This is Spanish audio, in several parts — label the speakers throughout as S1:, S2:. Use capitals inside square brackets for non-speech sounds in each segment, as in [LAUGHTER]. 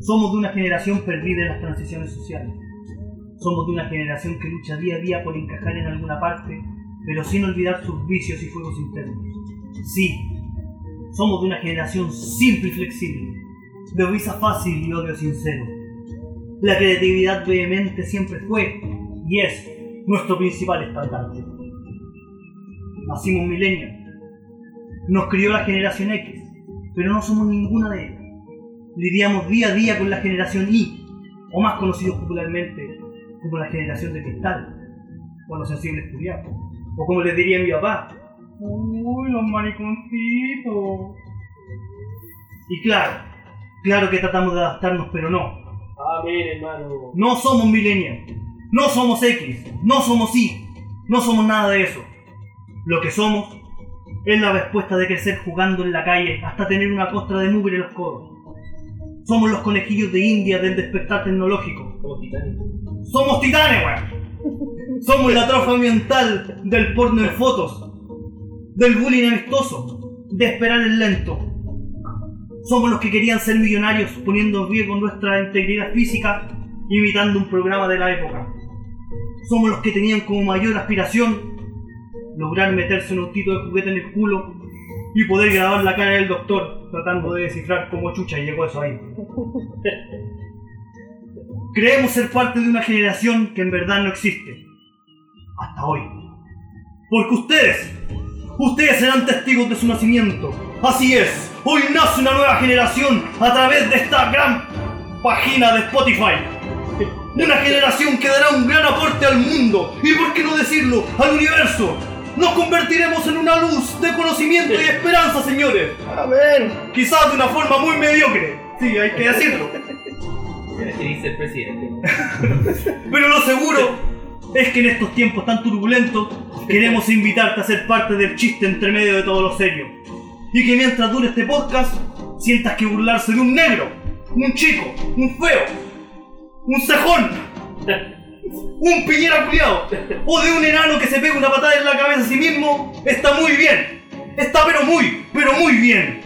S1: Somos de una generación perdida en las transiciones sociales. Somos de una generación que lucha día a día por encajar en alguna parte, pero sin olvidar sus vicios y fuegos internos. Sí, somos de una generación simple y flexible, de risa fácil y odio sincero. La creatividad vehemente siempre fue y es nuestro principal estandarte. Nacimos milenios. Nos crió la generación X, pero no somos ninguna de ellas. Lidiamos día a día con la generación Y, o más conocidos popularmente como la generación de cristal, o los sensibles culiados, o como les diría mi papá, Uy, los mariconcitos. Y claro, claro que tratamos de adaptarnos, pero no.
S2: Ah, mire, hermano.
S1: No somos millennials, no somos X, no somos Y, no somos nada de eso. Lo que somos es la respuesta de crecer jugando en la calle hasta tener una costra de mugre en los codos. Somos los conejillos de India del despertar tecnológico.
S2: Como Titanic.
S1: Somos titanes, weón. Somos la trofa ambiental del porno en fotos, del bullying amistoso, de esperar el lento. Somos los que querían ser millonarios poniendo en riesgo nuestra integridad física imitando un programa de la época. Somos los que tenían como mayor aspiración lograr meterse un autito de juguete en el culo y poder grabar la cara del doctor tratando de descifrar cómo chucha llegó eso ahí. Creemos ser parte de una generación que en verdad no existe. Hasta hoy. Porque ustedes, ustedes serán testigos de su nacimiento. Así es, hoy nace una nueva generación a través de esta gran página de Spotify. Una generación que dará un gran aporte al mundo y, por qué no decirlo, al universo. Nos convertiremos en una luz de conocimiento y esperanza, señores.
S3: Amén.
S1: Quizás de una forma muy mediocre. Sí, hay que decirlo.
S2: Dice el presidente. [LAUGHS]
S1: Pero lo seguro es que en estos tiempos tan turbulentos queremos invitarte a ser parte del chiste entre medio de todo lo serio. Y que mientras dure este podcast, sientas que burlarse de un negro, un chico, un feo, un cejón, un piñera culiado o de un enano que se pega una patada en la cabeza a sí mismo, está muy bien. Está pero muy, pero muy bien.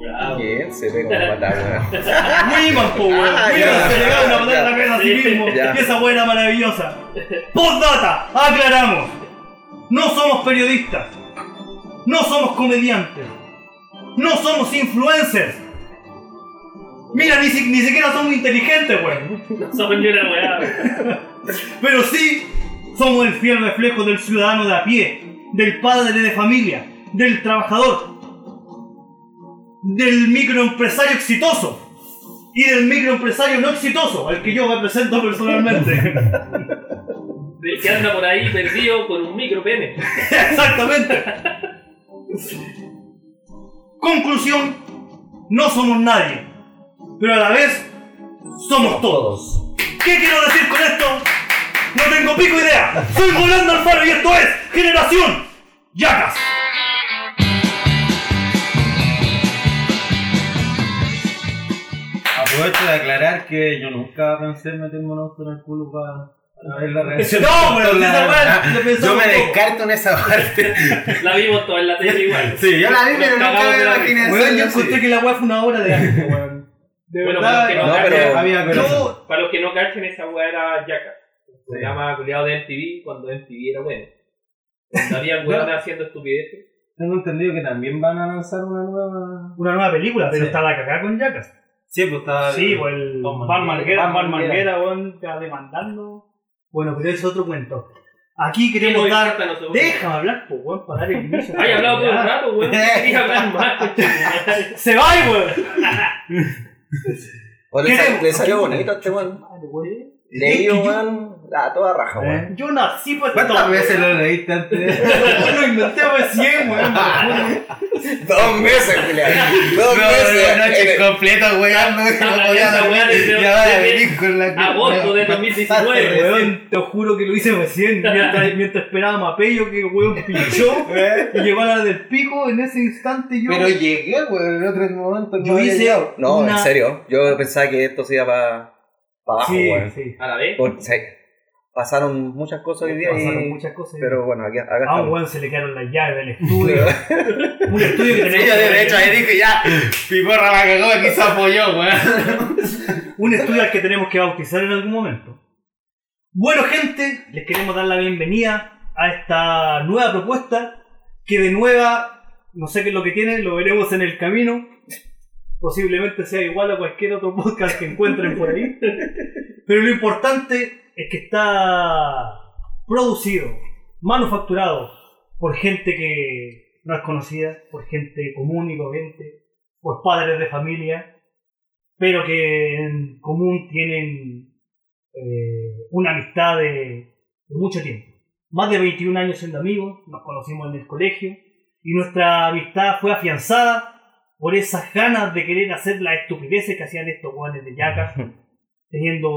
S2: Bravo.
S3: ¿Quién se pega una patada,
S1: [LAUGHS]
S3: weón?
S1: Wiman, po, weón.
S3: Ah,
S1: Wiman
S3: ya.
S1: se le da una patada en la cabeza a sí
S2: Sí,
S1: mismo.
S3: ya.
S1: Y esa buena maravillosa. Postdata, aclaramos. No somos periodistas. No somos comediantes. No somos influencers. Mira, ni, si- ni siquiera somos inteligentes, weón.
S2: No somos ni una weá.
S1: Pero sí, somos el fiel reflejo del ciudadano de a pie, del padre de familia, del trabajador, del microempresario exitoso y del microempresario no exitoso, al que yo represento personalmente.
S2: De Que anda por ahí perdido con un micro pene.
S1: Exactamente. Conclusión, no somos nadie, pero a la vez somos todos. ¿Qué quiero decir con esto? No tengo pico idea. Soy Volando Alfaro y esto es Generación Yacas.
S4: Aprovecho de aclarar que yo nunca pensé meterme un auto en el culo para para ver la reacción.
S1: No, pero
S4: La-
S1: esa weá lo pensamos
S3: Yo me
S1: todo.
S3: descarto en esa parte.
S2: La vimos toda en la tele igual.
S3: Sí, yo la vi,
S2: Nos
S3: pero nunca
S2: cagamos
S3: me
S2: de la
S3: imaginé
S2: risa.
S3: hacerlo
S1: Weón, yo
S3: así.
S1: encontré que la weá fue una obra de arte, weón. De
S2: Bueno,
S1: verdad,
S2: pero que
S3: no, pero-
S4: Había corazón.
S1: yo-
S2: Para los que no cachan, esa weá era Yaka. Se llama culiado de MTV cuando MTV era bueno. Cuando había weón haciendo estupideces.
S4: Tengo entendido que también van a lanzar una nueva.
S1: Una nueva película, pero
S4: Sí.
S1: está la cagada con Yacas.
S4: Sí, pues estaba.
S1: Sí, pues el
S4: Juan
S1: Juan
S4: Marguera.
S1: Marguera, Juan
S4: Juan Marguera.
S1: Marguera, weón, está demandando. Bueno, pero es otro cuento. Aquí
S2: ¿Qué
S1: queremos
S2: nos
S1: dar.
S2: importa a nosotros?
S1: Déjame hablar, pues, weón, para dar el inicio. [LAUGHS]
S2: Ay, hablado
S1: pues,
S2: todo el rato, weón. No quería hablar más.
S1: ¡Se va, weón!
S3: O le, sa-
S1: Queremos-
S3: le salió bonito a este weón.
S1: Madre, weón. [LAUGHS]
S3: Leí
S1: Es que yo-
S3: weón a toda raja, weón.
S1: Yo nací para
S4: Ah, ¿Cuántas veces lo
S1: [LAUGHS]
S4: leíste antes?
S1: Yo lo inventé a 100, weón.
S3: Dos meses,
S1: [LAUGHS]
S3: Julián. Dos meses. Eh, En-
S4: completa, weón. No,
S2: Está hablando esa weá desde- desde
S4: con la
S2: agosto de 2019,
S1: Weón, te juro que lo hice recién. Mientras, mientras esperaba a Pello que weón pinchó y llegó a la del pico, en ese instante yo.
S4: Pero llegué, weón, en otro momento.
S1: Yo
S4: había
S1: hice-
S4: llegado.
S3: No,
S1: Una-
S3: en serio. Yo pensaba que esto se iba para abajo,
S1: sí,
S3: weón.
S1: sí.
S2: A la vez.
S3: Por- sí. pasaron muchas cosas hoy día
S1: Pasaron
S3: y...
S1: muchas Ah, cosas.
S3: Pero bueno, aquí- acá
S1: a un
S3: estamos.
S1: weón se le quedaron las llaves del estudio.
S5: [LAUGHS]
S1: un estudio que tenemos.
S5: Sí, yo de hecho ayer dije ya, Piporra la cagó, aquí se apoyó, weón.
S1: un estudio al que tenemos que bautizar en algún momento. Bueno, gente, les queremos dar la bienvenida a esta nueva propuesta que de nueva, no sé qué es lo que tiene, lo veremos en el camino. Posiblemente sea igual a cualquier otro podcast que encuentren por ahí. Pero lo importante es que está producido, manufacturado por gente que no es conocida, por gente común y corriente, por padres de familia, pero que en común tienen eh, una amistad de, de mucho tiempo. Más de 21 años siendo amigos, nos conocimos en el colegio y nuestra amistad fue afianzada por esas ganas de querer hacer las estupideces que hacían estos guanes de yacas, teniendo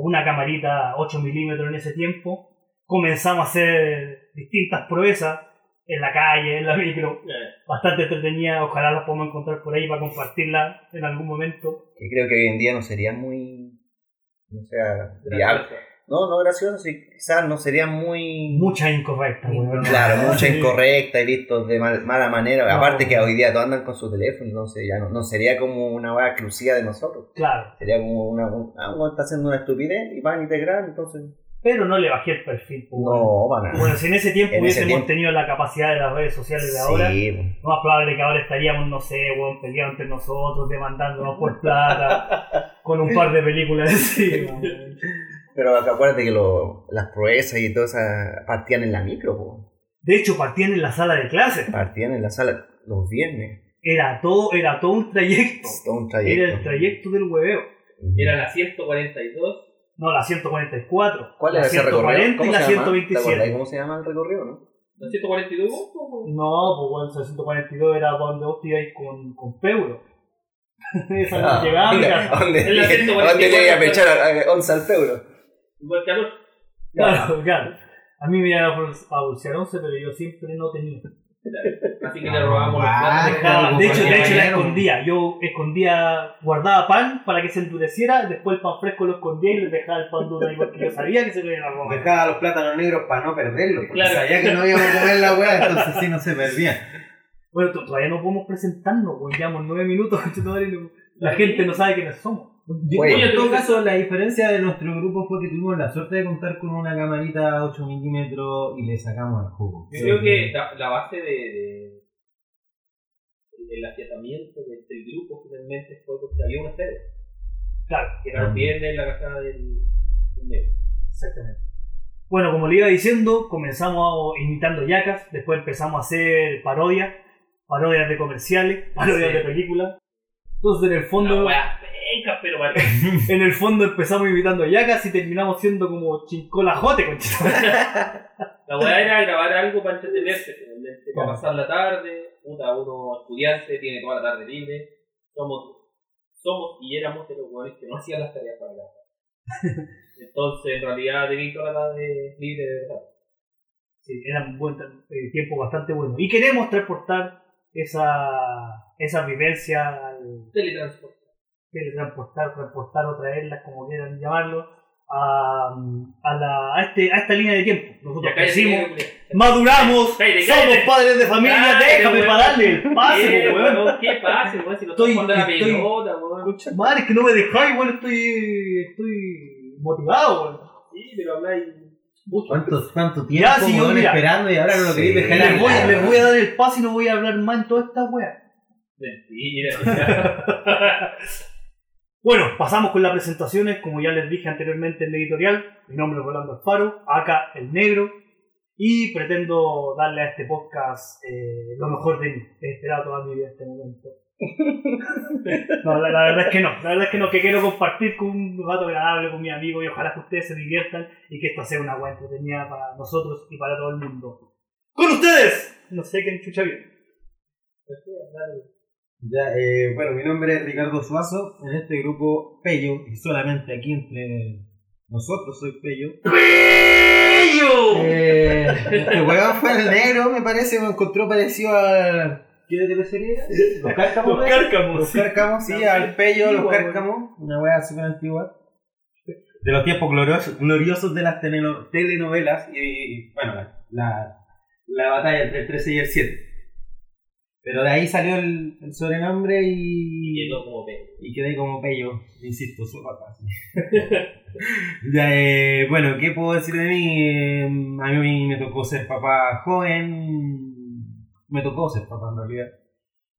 S1: una camarita 8 milímetros en ese tiempo. Comenzamos a hacer distintas proezas en la calle, en la micro, bastante entretenida. Ojalá las podamos encontrar por ahí para compartirla en algún momento.
S3: Y creo que hoy en día no sería muy... No sea, viable. No, no gracioso, y quizás no sería muy...
S1: Mucha incorrecta, weón. [LAUGHS]
S3: Claro, mucha
S1: Sí.
S3: incorrecta y listos de mal- mala manera.
S1: No.
S3: Aparte que hoy día todos andan con su teléfono, entonces ya no, no sería como una weá exclusiva de nosotros.
S1: Claro,
S3: Sería como una... un- Ah, weón, está haciendo una estupidez y van y te graban, entonces...
S1: pero no le bajé el perfil, pues, weón.
S3: No, van a...
S1: Bueno, si en ese tiempo
S3: En ese
S1: hubiésemos
S3: tiempo.
S1: tenido la capacidad de las redes sociales de ahora,
S3: Sí, weón.
S1: lo más probable que ahora estaríamos, no sé, weón, peleando entre nosotros, demandándonos por plata,
S3: [LAUGHS]
S1: con un par de películas encima, weón.
S3: pero acuérdate que lo- las proezas y todas esas partían en la micro, po.
S1: De hecho, partían en la sala de clases.
S3: partían en la sala los viernes.
S1: Era todo, era todo un trayecto.
S3: Es todo un
S1: Era
S3: trayecto.
S1: el trayecto del hueveo.
S2: Era la 142.
S1: No, la 144.
S3: ¿Cuál
S1: la
S3: era ese
S1: 140
S3: recorrido?
S1: y
S3: ¿Cómo
S1: la
S3: se llama? ¿Te acordás
S1: 127.
S3: ¿Cómo se llama el recorrido, no?
S2: ¿La 142? ¿Cómo?
S1: No, pues bueno, esa 142 era para donde vos te ibais con, con Peuro. [LAUGHS] Esa
S4: [LAUGHS]
S3: Ah,
S1: no llegaba,
S3: mira,
S1: mira.
S3: ¿Dónde,
S2: En la
S3: dónde
S2: 144.
S3: le iba a pechar a- a 11 al Peuro?
S2: Igual calor.
S1: Claro, claro. A mí me iban a bol- a bolsear 11, pero yo siempre no tenía.
S2: Así que le robamos los
S5: Ah,
S2: platos.
S1: Dejaba- de hecho, de hecho la
S5: compañero.
S1: escondía. Yo escondía, guardaba pan para que se endureciera, después el pan fresco lo escondía y le dejaba el pan duro ahí porque yo sabía que se lo iban a robar.
S5: Dejaba los plátanos negros para no perderlo, porque
S2: Claro.
S5: sabía que no íbamos a comer la weá, entonces sí no se perdía.
S1: Bueno, to- todavía no podemos presentarnos, pues llevamos 9 minutos, [LAUGHS] conchetumare, y la gente no sabe quiénes somos.
S4: Yo
S3: Bueno.
S4: creo que en todo caso, la diferencia de nuestro grupo fue que tuvimos la suerte de contar con una camarita 8 milímetros y le sacamos al jugo.
S2: Yo creo que la, la base de, de- del afiatamiento de- del grupo finalmente fue porque había una sede.
S1: Claro.
S2: Que era los viernes en la casa del, del medio.
S1: Exactamente. Bueno, como le iba diciendo, comenzamos imitando yacas, después empezamos a hacer parodias, parodias de comerciales, parodias
S2: Ah, Sí.
S1: de películas. Entonces en el
S2: Una
S1: fondo,
S2: wea penca, pero para
S1: en el fondo empezamos imitando yacas y terminamos siendo como chincolajote,
S2: [LAUGHS]
S1: conchetumare.
S2: La
S1: [LAUGHS]
S2: weá era grabar algo para entretenerse, pues, finalmente, para
S1: Claro.
S2: pasar la tarde, puta, uno estudiante, tiene toda la tarde libre, somos, somos y éramos de los weones que no hacían las tareas para casa.
S1: [LAUGHS]
S2: Entonces, en realidad, tenía toda la tarde libre de verdad.
S1: Sí, era un buen eh, tiempo bastante bueno. Y queremos transportar esa, esa vivencia al
S2: Teletransporte.
S1: teletransportar, transportar o traerlas, como quieran llamarlo, a, a, la, a, este, a esta línea de tiempo. Nosotros
S2: Ya
S1: crecimos.
S2: hicimos
S1: maduramos,
S2: Cállate,
S1: somos
S2: cállate.
S1: padres de familia,
S2: Cállate,
S1: déjame
S2: weón.
S1: para darle el pase,
S2: ¿Qué,
S1: po, weón.
S2: weón? ¿Qué pasa, weón? Si no
S1: Estoy-
S2: estoy jugando a la
S1: estoy-
S2: pelota, weón.
S1: Madre, es que no me dejáis, weón, estoy, estoy motivado, weón.
S2: Sí, pero habláis mucho.
S4: ¿Cuánto, cuánto tiempo
S1: Ya, sí, yo,
S4: weón,
S1: mira.
S4: esperando y ahora no lo queréis
S3: Sí.
S4: dejar
S1: Les
S4: al
S1: voy,
S4: weón?
S1: les voy a dar el pase y no voy a hablar más en toda esta weá.
S2: Mentira. [LAUGHS]
S1: Bueno, pasamos con las presentaciones, como ya les dije anteriormente en el editorial, mi nombre es Rolando Alfaro, acá el negro, y pretendo darle a este podcast eh, lo mejor de mí. He esperado toda mi vida este [LAUGHS] momento. No, la, la verdad es que no, la verdad es que no, que quiero compartir con un rato agradable con mi amigo y ojalá que ustedes se diviertan y que esto sea una buena entretenida para nosotros y para todo el mundo. ¡Con ustedes! No sé quién chucha bien.
S4: Ya, eh, bueno, mi nombre es Ricardo Suazo, en este grupo Pello, y solamente aquí entre nosotros soy Pello.
S2: ¡Bello!
S4: [LAUGHS] Eh, este weón fue el negro, me parece, me encontró parecido al. ¿Qué de teleserie era? [LAUGHS] Los
S1: Los
S4: cárcamos. ¿no?
S1: cárcamos.
S4: Los cárcamos, sí, al Pello, los
S1: Antigua,
S4: cárcamos, una weá súper antigua. de los tiempos gloriosos, gloriosos de las teleno- telenovelas y, bueno, la, la, la batalla entre el 13 y el 7. Pero de ahí salió el, el sobrenombre y,
S2: Yendo como pez.
S4: y quedé como pello, insisto, su papá. [LAUGHS] Ya, eh, bueno, ¿qué puedo decir de mí? Eh, a mí me tocó ser papá joven, me tocó ser papá en realidad.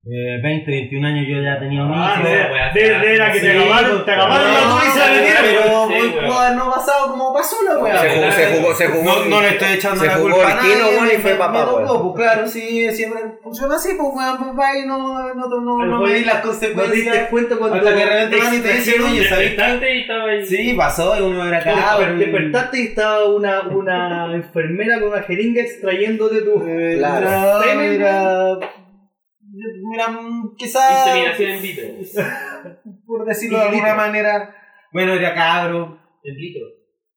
S4: Eh, 20, 21 años yo ya tenía un hijo.
S1: Ah,
S2: sí.
S1: de, de era que te
S4: Sí,
S1: acabaron, te acabaron la
S4: No,
S1: tuya y se metieron.
S4: pero
S2: Sí,
S4: muy-
S2: weón.
S4: pudo haber no pasado como pasó la weá.
S3: Se jugó, se jugó, se jugó.
S4: No, no le estoy echando
S3: se
S4: la
S3: jugó
S4: culpa a
S3: el
S4: nadie,
S3: tino, weón, y
S4: me-
S3: fue
S4: me
S3: papá,
S4: tocó,
S3: weón.
S4: pues, claro, sí, siempre funciona así, pues weón, pues va y no, no, no, no,
S1: Pero
S4: no
S1: fue-
S4: medís las
S1: ¿No te diste
S4: consecuencias.
S1: cuenta cuando
S4: Hasta que de repente van y te dicen,
S1: extrajeron
S4: oye,
S1: de-
S4: ¿sabes?
S2: Despertaste y estaba ahí.
S4: Sí, pasó, y uno era cagado.
S1: Te despertaste y estaba una, una
S4: [LAUGHS]
S1: enfermera con una jeringa extrayéndote tu...
S4: Eh, Claro.
S1: Claro.
S4: Mira, mira, quizás
S2: Inseminación
S1: [LAUGHS]
S2: en vitro.
S4: por decirlo de alguna manera, bueno, era cabro.
S2: En vitro.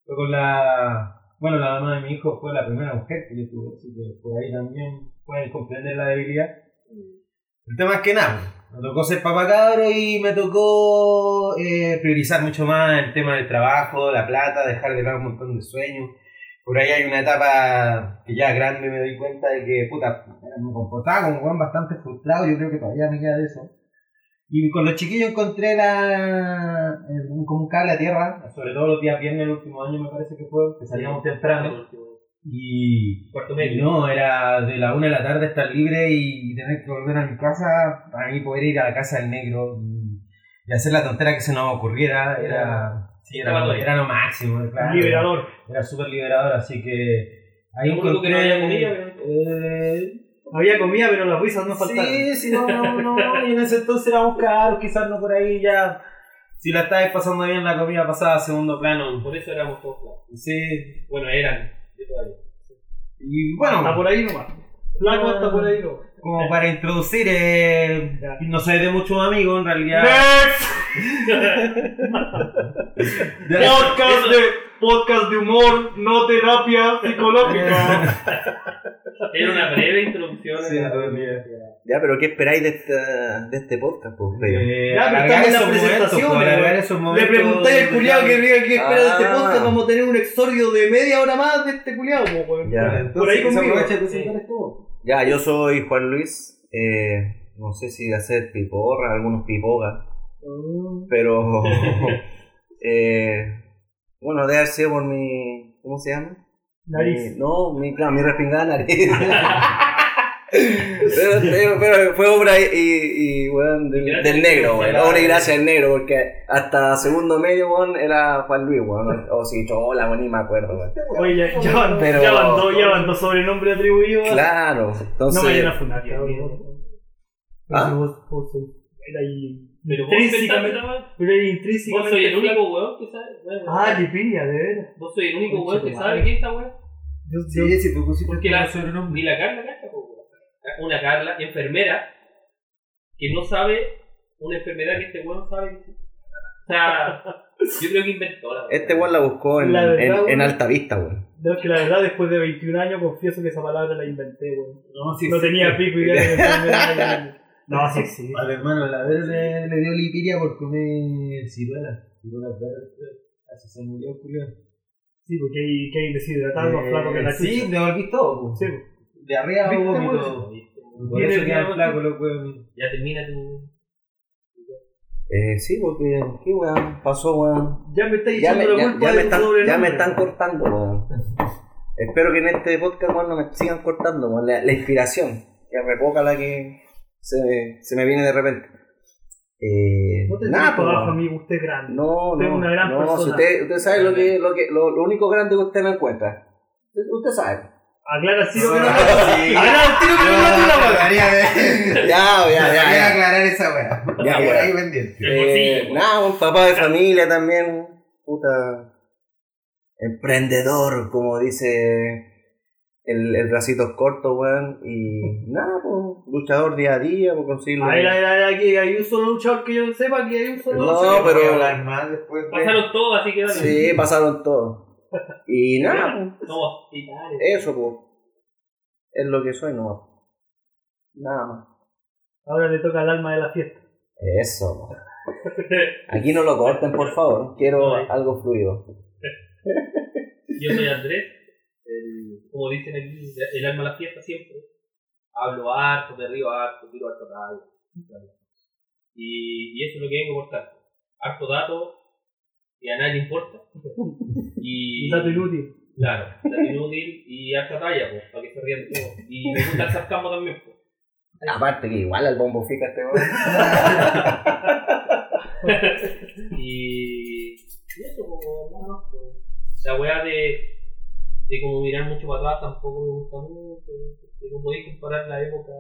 S4: Fue con la. Bueno, la mamá de mi hijo fue la primera mujer que yo tuve, así que por ahí también pueden comprender la debilidad. El tema es que nada, me tocó ser papá cabro y me tocó eh, priorizar mucho más el tema del trabajo, la plata, dejar de lado un montón de sueños. Por ahí hay una etapa que ya grande me doy cuenta de que, puta, me comportaba como un weón bastante frustrado, yo creo que todavía me queda de eso. Y con los chiquillos encontré la, el- un- como un cable a tierra, sobre todo los días viernes, el último año me parece que fue, que salíamos temprano. Y
S2: Cuarto
S4: y
S2: medio.
S4: No, era de la una de la tarde estar libre y tener que volver a mi casa para mí poder ir a la casa del negro y, y hacer la tontera que se nos ocurriera. Era, sí, era, lo- era lo máximo, claro.
S1: Liberador.
S4: Era súper liberador, así que ahí
S2: Lo único que no había comida,
S4: eh,
S1: Había comida, pero las risas no faltaron.
S4: Sí, sí, no, no, no. Y en ese entonces éramos caros, quizás no por ahí ya. Si la estabas pasando bien, la comida pasaba a segundo plano.
S2: Por eso éramos todos flacos.
S4: Sí.
S2: Bueno, eran. Yo todavía.
S4: Y bueno. Ah.
S1: Hasta por ahí nomás. Flaco hasta por ahí nomás.
S4: Como para introducir, eh,
S1: Ya.
S4: no soy de muchos amigos en realidad. [LAUGHS] Ya.
S1: Podcast de, podcast de humor, no terapia psicológica.
S2: Era una breve introducción.
S4: Sí,
S2: a la-
S4: todo bien.
S3: Ya, pero ¿qué esperáis de, esta, de este podcast, po, Pello?
S4: Eh,
S1: Ya, pero estamos
S4: alargar
S1: en la
S4: esos momentos,
S1: presentación,
S4: pues, alargar
S1: güey.
S4: esos
S1: Le
S4: momentos,
S1: pregunté al culiao que diga que espera de este
S3: Ah.
S1: podcast, vamos a tener un exordio de media hora más de este culiao, po, weón.
S3: Ya.
S1: Por ahí conmigo. Sí.
S3: Ya, yo soy Juan Luis. Eh, no sé si hacer piporra, algunos pipogas.
S1: Mm,
S3: [LAUGHS] Pero. eh, bueno, debe haber sido por mi. ¿Cómo se llama?
S1: Nariz.
S3: Mi- no, mi, claro, mi respingada nariz. [LAUGHS] pero, pero- pero fue obra y, y, y, weón, del,
S2: Gracias.
S3: del negro, weón. Obra y gracia del negro, porque hasta segundo medio, weón, era Juan Luis, weón. O si hola, weón, ni me acuerdo, weón.
S1: Oye, ya, ya van,
S3: Pero-
S1: ya van dos, ya van dos sobrenombres atribuidos.
S3: Claro, entonces.
S1: no me vayan a funar, cabrón.
S3: ¿Ah?
S1: Pero Vos, vos sois- era ahí-
S2: Pero vos pensaste,
S1: intrínsecamente.
S2: ¿no?
S1: Pero era
S2: Vos
S1: intrínsecamente.
S2: soy el único weón que sabe. weón,
S1: Ah,
S2: weón.
S1: qué pilla, de veras.
S2: Vos soy el único
S1: Concha
S2: weón que
S1: tu
S2: sabe
S1: madre.
S2: que esa weón.
S1: Yo- yo-
S4: Sí, si tú pusiste
S2: Porque
S4: tu
S2: la-
S4: sobrenombre.
S2: Ni la Carla cacha, po, weón. Una Carla, enfermera, que no sabe una enfermedad que este weón sabe. que existe. O sea, yo creo que inventó la
S3: Este weón la buscó en,
S1: La verdad,
S3: en- en
S1: weón.
S3: alta vista, weón.
S1: No, es que la verdad, después de 21 años, confieso que esa palabra la inventé, weón.
S4: No, sí,
S1: No
S4: sí.
S1: tenía pico idea de enfermedad.
S3: [LAUGHS]
S1: No, sí, sí.
S4: Al hermano la verde le, le dio lipiria por comer ciruela. Ciruela verde. Así se murió el culiao.
S1: Sí, pues, porque hay, que hay deshidratado más
S4: Eh,
S1: flaco que la
S4: Sí,
S1: chucha. pues,
S4: me volví todo. po.
S1: Sí,
S4: De arriba
S1: ¿Viste,
S4: hubo
S1: weón?
S4: vómito. Por
S1: Tiene
S4: eso quedan
S1: el-
S4: flacos los huevos.
S2: Ya termina tu.
S3: Eh, sí, porque. ¿Qué weón pasó, weón?
S1: ya me estáis
S3: Ya me,
S1: echando la
S3: ya,
S1: culpa
S3: ya
S1: de
S3: me
S1: tu
S3: están,
S1: sobrenombre.
S3: ya me están cortando, weón. Espero que en este podcast, weón, no me sigan cortando, weón. La, la inspiración, que repoca la que se me, se me viene de repente. Eh,
S1: No te
S3: nada,
S1: nada,
S3: pues,
S1: abajo,
S3: weón.
S1: amigo, usted es grande.
S3: No,
S1: Usted es
S3: no,
S1: una gran
S3: no,
S1: persona.
S3: si usted, usted sabe lo que, lo que, lo, lo único grande que usted no encuentra. Usted-
S1: [LAUGHS]
S3: Usted sabe.
S1: Aclara el tiro que no me
S4: Ah,
S1: Aclara el tiro que no me mató la weón.
S3: Ya, ya, ya.
S4: Quería
S3: ya.
S4: aclarar esa weá.
S3: Ya,
S4: Por
S3: weá.
S4: ahí pendiente.
S2: El bolsillo,
S3: Eh,
S2: weón.
S3: nada, un papá de familia también, puta. Emprendedor, como dice el, el bracitos cortos, weón. Y nada, pues, luchador día a día, por conseguirlo.
S1: A ver, a ver, a ver, aquí hay un solo luchador que yo sepa que hay un solo
S3: No,
S1: luchador.
S3: pero-
S4: Voy a hablar más después de-
S2: Pasaron todos, así que dale.
S3: Sí, pasaron todo. Y nada, pues,
S2: No, sí, dale.
S3: eso, pues. Es lo que soy, no. Nada más.
S1: Ahora le toca al alma de la fiesta.
S3: Eso, po. Aquí no lo corten, por favor. Quiero
S2: Ay.
S3: algo fluido.
S2: Yo soy Andrés, el- como dicen aquí, el alma de la fiesta siempre. Hablo harto, me río harto, tiro harto radio. Y, y eso es lo que vengo a aportar. Harto dato que a nadie le
S1: [LAUGHS]
S2: importa. Y,
S1: Dato inútil.
S2: Claro, dato inútil y harta talla, pues, para que se rían todos. Y me gusta el sarcasmo también, pues.
S3: Aparte que igual al bombo fica este weón.
S2: y, y eso, como nada más, pues. La weá de, de como mirar mucho para atrás tampoco me gusta mucho, porque no podéis comparar la época.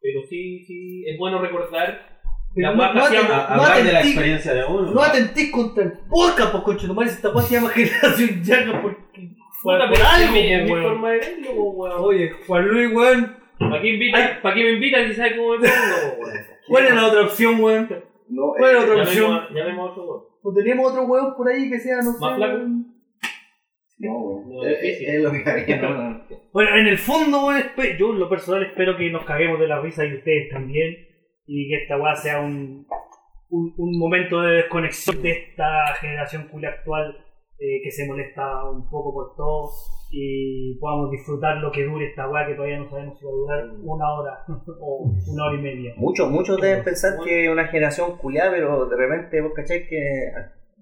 S2: Pero sí, sí, es bueno recordar la
S1: Pero
S2: weá
S1: no,
S2: que
S1: no
S2: hacíamos.
S1: aten- no
S4: Hablar de la
S1: atentís-
S4: experiencia de uno.
S1: no atentís contra el podcast, pues concho, nomás esta weá se llama [LAUGHS] generación llaga porque.
S2: Puta,
S1: por
S2: pero
S1: algo,
S2: es mi- es
S1: po,
S2: mi
S1: weón.
S2: forma de verlo, po, weón.
S1: Oye, Juan Luis, weón,
S2: ¿Para qué invitan? ¿Para qué me invitan si sabes cómo me pongo, po, weón?
S1: [LAUGHS] ¿cuál es la otra opción, weón?
S3: No,
S1: ¿Cuál es
S2: Eh,
S1: la otra opción?
S2: Llamemos a- llamemos a otro weón.
S1: ¿O tenemos otro weón por ahí que sea, no sé,
S2: ah. ¿Más flaco?
S1: weón?
S3: no, weón.
S2: No,
S3: Es- es,
S2: difícil.
S3: es lo que había, no, no.
S1: Bueno, en el fondo, weón, espe- yo en lo personal espero que nos caguemos de la risa y ustedes también. Y que esta weá sea un, un, un momento de desconexión de esta generación culia actual eh, que se molesta un poco por todo. Y podamos disfrutar lo que dure esta weá que todavía no sabemos si va a durar una hora o una hora y media.
S3: Muchos, muchos deben pensar que es una generación culiada, pero de repente vos cacháis que,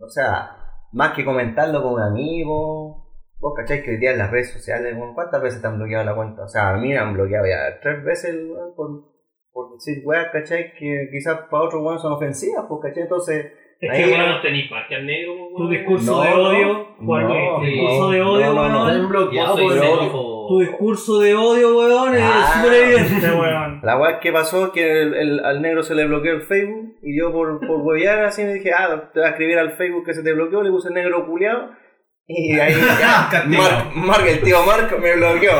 S3: o sea, más que comentarlo con amigos, vos cacháis que hoy día en las redes sociales, weón, ¿cuántas veces te han bloqueado la cuenta? O sea, a mí me han bloqueado ya tres veces, weón, por, por decir, weón, cacháis que quizás para otros weón son ofensivas, pues cachai, entonces...
S1: Es
S3: ahí,
S1: que,
S2: Ahora
S1: weón,
S2: no tenéis parque al negro, po,
S1: tu
S2: weón.
S1: discurso
S3: No,
S1: de
S3: no,
S1: odio, Juan Luis,
S3: no,
S1: tu discurso de
S3: no,
S1: odio,
S3: no, no,
S1: weón,
S3: pues,
S4: Están
S2: Vos
S4: bloqueados
S2: sois
S4: por
S3: pero-
S2: xenófobo.
S1: pues, Tu discurso de odio, weón, es
S3: Ah.
S1: súper [LAUGHS] evidente, weón.
S3: La weá que pasó que el- el- al negro se le bloqueó el Facebook y yo por, por huevear así me dije, ah, te voy a escribir al Facebook que se te bloqueó, le puse el negro culiado y ahí ya,
S4: Castigado.
S3: Mark, Mark, el tío Mark me bloqueó.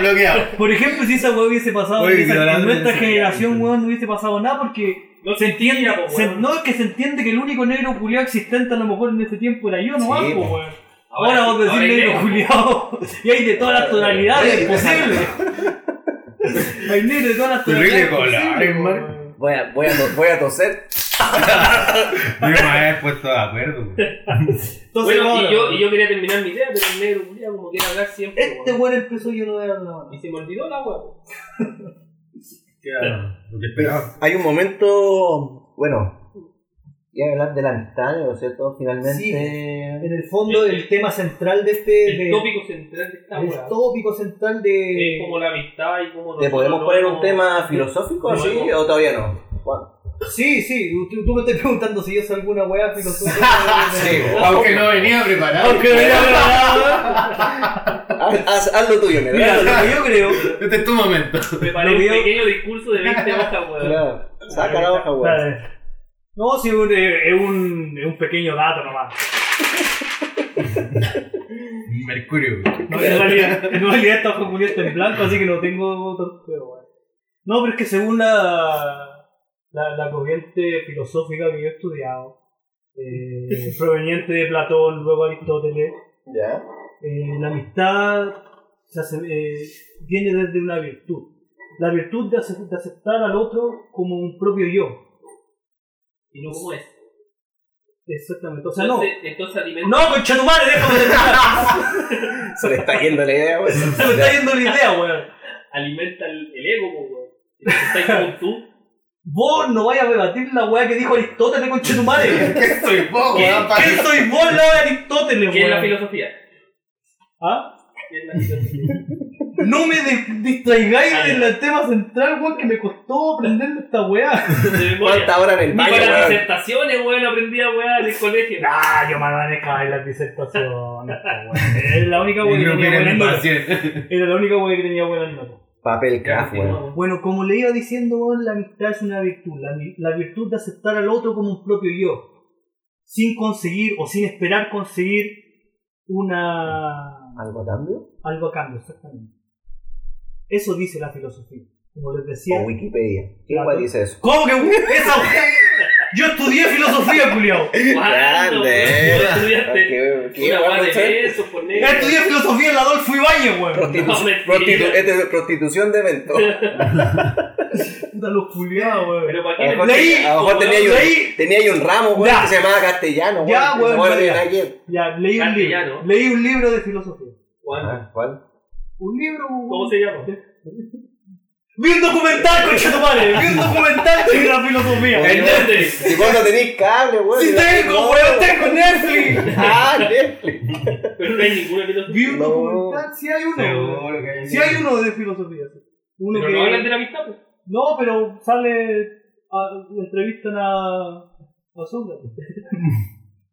S4: bloqueado.
S1: Por ejemplo, si esa weá hubiese pasado
S4: Oye,
S1: en, esa-
S4: ignorante
S1: en nuestra
S4: ese
S1: generación,
S4: gigante.
S1: weón, no hubiese pasado nada porque
S2: No
S1: se entiende.
S2: sentía, po,
S1: se-
S2: weón.
S1: no es que se entiende que el único negro culiado existente a lo mejor en ese tiempo era yo, no
S3: Sí,
S1: más,
S3: po.
S1: weón. Ahora vos
S2: sí,
S1: decís
S2: ahora hay
S1: negro
S2: negro.
S1: culiado y hay de todas las tonalidades posibles.
S3: [LAUGHS]
S1: Hay negro de todas las tonalidades.
S4: Terrible color,
S1: posibles,
S4: Mark.
S1: weón.
S3: Voy a, voy, a, to- voy a toser.
S4: Yo me había puesto de acuerdo. güey.
S1: Entonces,
S2: Bueno,
S1: ahora,
S2: y yo, y yo quería terminar mi idea, pero el negro culiao como quiere hablar siempre.
S1: Este
S2: weón.
S1: weón empezó y yo no voy a hablar.
S2: Y se me olvidó la weón.
S4: Lo que esperaba.
S3: Hay un momento, bueno, ya hablar de la amistad, ¿no es cierto? Finalmente...
S1: Sí. En el fondo, el tema central de este.
S2: El
S1: de-
S2: tópico central de esta
S4: Este
S1: el
S2: weón.
S1: tópico central de.
S2: Es como la amistad y como
S3: ¿Te podemos poner un tema filosófico
S2: no,
S3: así
S2: no.
S3: o todavía no?
S1: Sí, sí, tú, tú me estás preguntando si yo soy alguna weá
S3: [LAUGHS]
S1: filosófica. [LAUGHS]
S5: Aunque no venía preparado.
S3: Haz, haz- haz lo tuyo, negro.
S1: Mira, lo que yo creo.
S5: Este es tu momento.
S2: Preparé
S1: Lo
S2: un
S1: veo-
S2: pequeño discurso de 20 hojas, weón.
S3: [LAUGHS] Claro, Saca la hoja, weón.
S1: No, sí, es un, eh, es un, es un pequeño dato nomás.
S4: Mercurio. güey.
S1: No, en, realidad, en realidad esta hoja culia está en blanco, así que no tengo otro pero bueno. No, pero es que según la, la, la corriente filosófica que yo he estudiado, eh, proveniente de Platón, luego Aristóteles,
S3: Ya.
S1: Eh, la amistad se hace- eh, viene desde una virtud. La virtud de, ace- de aceptar al otro como un propio yo.
S2: Y no como es.
S1: Exactamente. O sea, no.
S2: Entonces, entonces alimenta.
S1: No, concha tu madre, déjame [LAUGHS] terminar.
S3: Se le está yendo la idea, weón.
S1: Se me está yendo la idea, weón.
S2: alimenta el, el ego, po, weón. Entonces, Estás como tú.
S1: Vos no vayas a debatir la weá que dijo Aristóteles, concha tu [LAUGHS] madre.
S5: Que soy poco,
S1: ¿Quién,
S5: ¿no? Pa-
S1: quién soy vos, la de Aristóteles,
S2: ¿Qué es la
S1: weón?
S2: filosofía?
S1: ¿Ah?
S2: ¿Qué es la filosofía?
S1: No me de- distraigáis del tema central, weón, que me costó aprender esta [LAUGHS] weá.
S2: De memoria.
S3: ¿Cuánta hora en el
S2: Ni
S3: baño,
S2: para
S3: weón?
S2: disertaciones, weón, aprendí a weá en el colegio.
S1: Ah, yo me manejaba en las disertaciones. po, weón. Era la única wea que
S4: Yo
S1: tenía
S4: quiero
S1: buenas
S4: mi
S1: notas.
S4: paciente.
S1: Era la única wea que tenía buenas notas.
S3: Papel
S2: Ya,
S3: craft, weón.
S2: continuamos.
S1: Bueno, como le iba diciendo, weón, la amistad es una virtud. La, vi- la virtud de aceptar al otro como un propio yo. Sin conseguir o sin esperar conseguir una
S3: ¿Algo a cambio?
S1: algo a cambio, exactamente. Eso dice la filosofía. Como les decía.
S3: O Wikipedia. ¿Qué
S1: Claro.
S3: weón dice eso?
S1: ¿Cómo que esa wea? Yo estudié filosofía, culiao.
S2: ¿Cuándo,
S3: Grande. Ah,
S2: weón? estudiaste
S3: ¿Qué- qué
S2: una
S3: bueno,
S2: guada
S3: ¿sabes?
S2: de eso, por negro.
S1: Estudié filosofía en la Adolfo Ibañez, weón.
S2: [LAUGHS]
S3: Prostitu-
S2: No, mentira.
S3: prostitu- este es prostitución de evento.
S1: [LAUGHS] Puta los culiados, weón.
S2: Pero para
S3: A
S2: qué
S3: lo mejor,
S1: De ahí,
S3: te- a lo mejor tenía, ahí
S1: ahí.
S3: un, tenía ahí un ramo, weón,
S1: Ya.
S3: que se llamaba castellano,
S1: Ya,
S3: weón.
S1: weón,
S3: Esa weá no
S1: ya.
S3: tiene nada que ver.
S1: Ya, leí un libro.
S2: Castellano.
S1: Leí un libro de filosofía.
S2: Juan,
S3: Ah, ¿Cuál?
S1: Un libro, weón.
S2: ¿Cómo se llama?
S1: Vi un documental, concha tu madre. Vi un documental de la filosofía.
S2: Eh,
S3: Weón,
S2: Netflix.
S3: Si vos no tenés cable, weón.
S1: Si tengo, weón, tengo Netflix.
S3: [LAUGHS] Ah, Netflix.
S2: Pero no hay ninguna filosofía.
S1: Vi un
S3: No.
S1: documental, sí hay uno. weón.
S4: Seguro que hay
S1: Sí hay uno de filosofía. sí. Uno
S2: Pero
S1: que...
S2: no hablan de la amistad, pues.
S1: No, pero sale. A, entrevistan a. a Sócrates.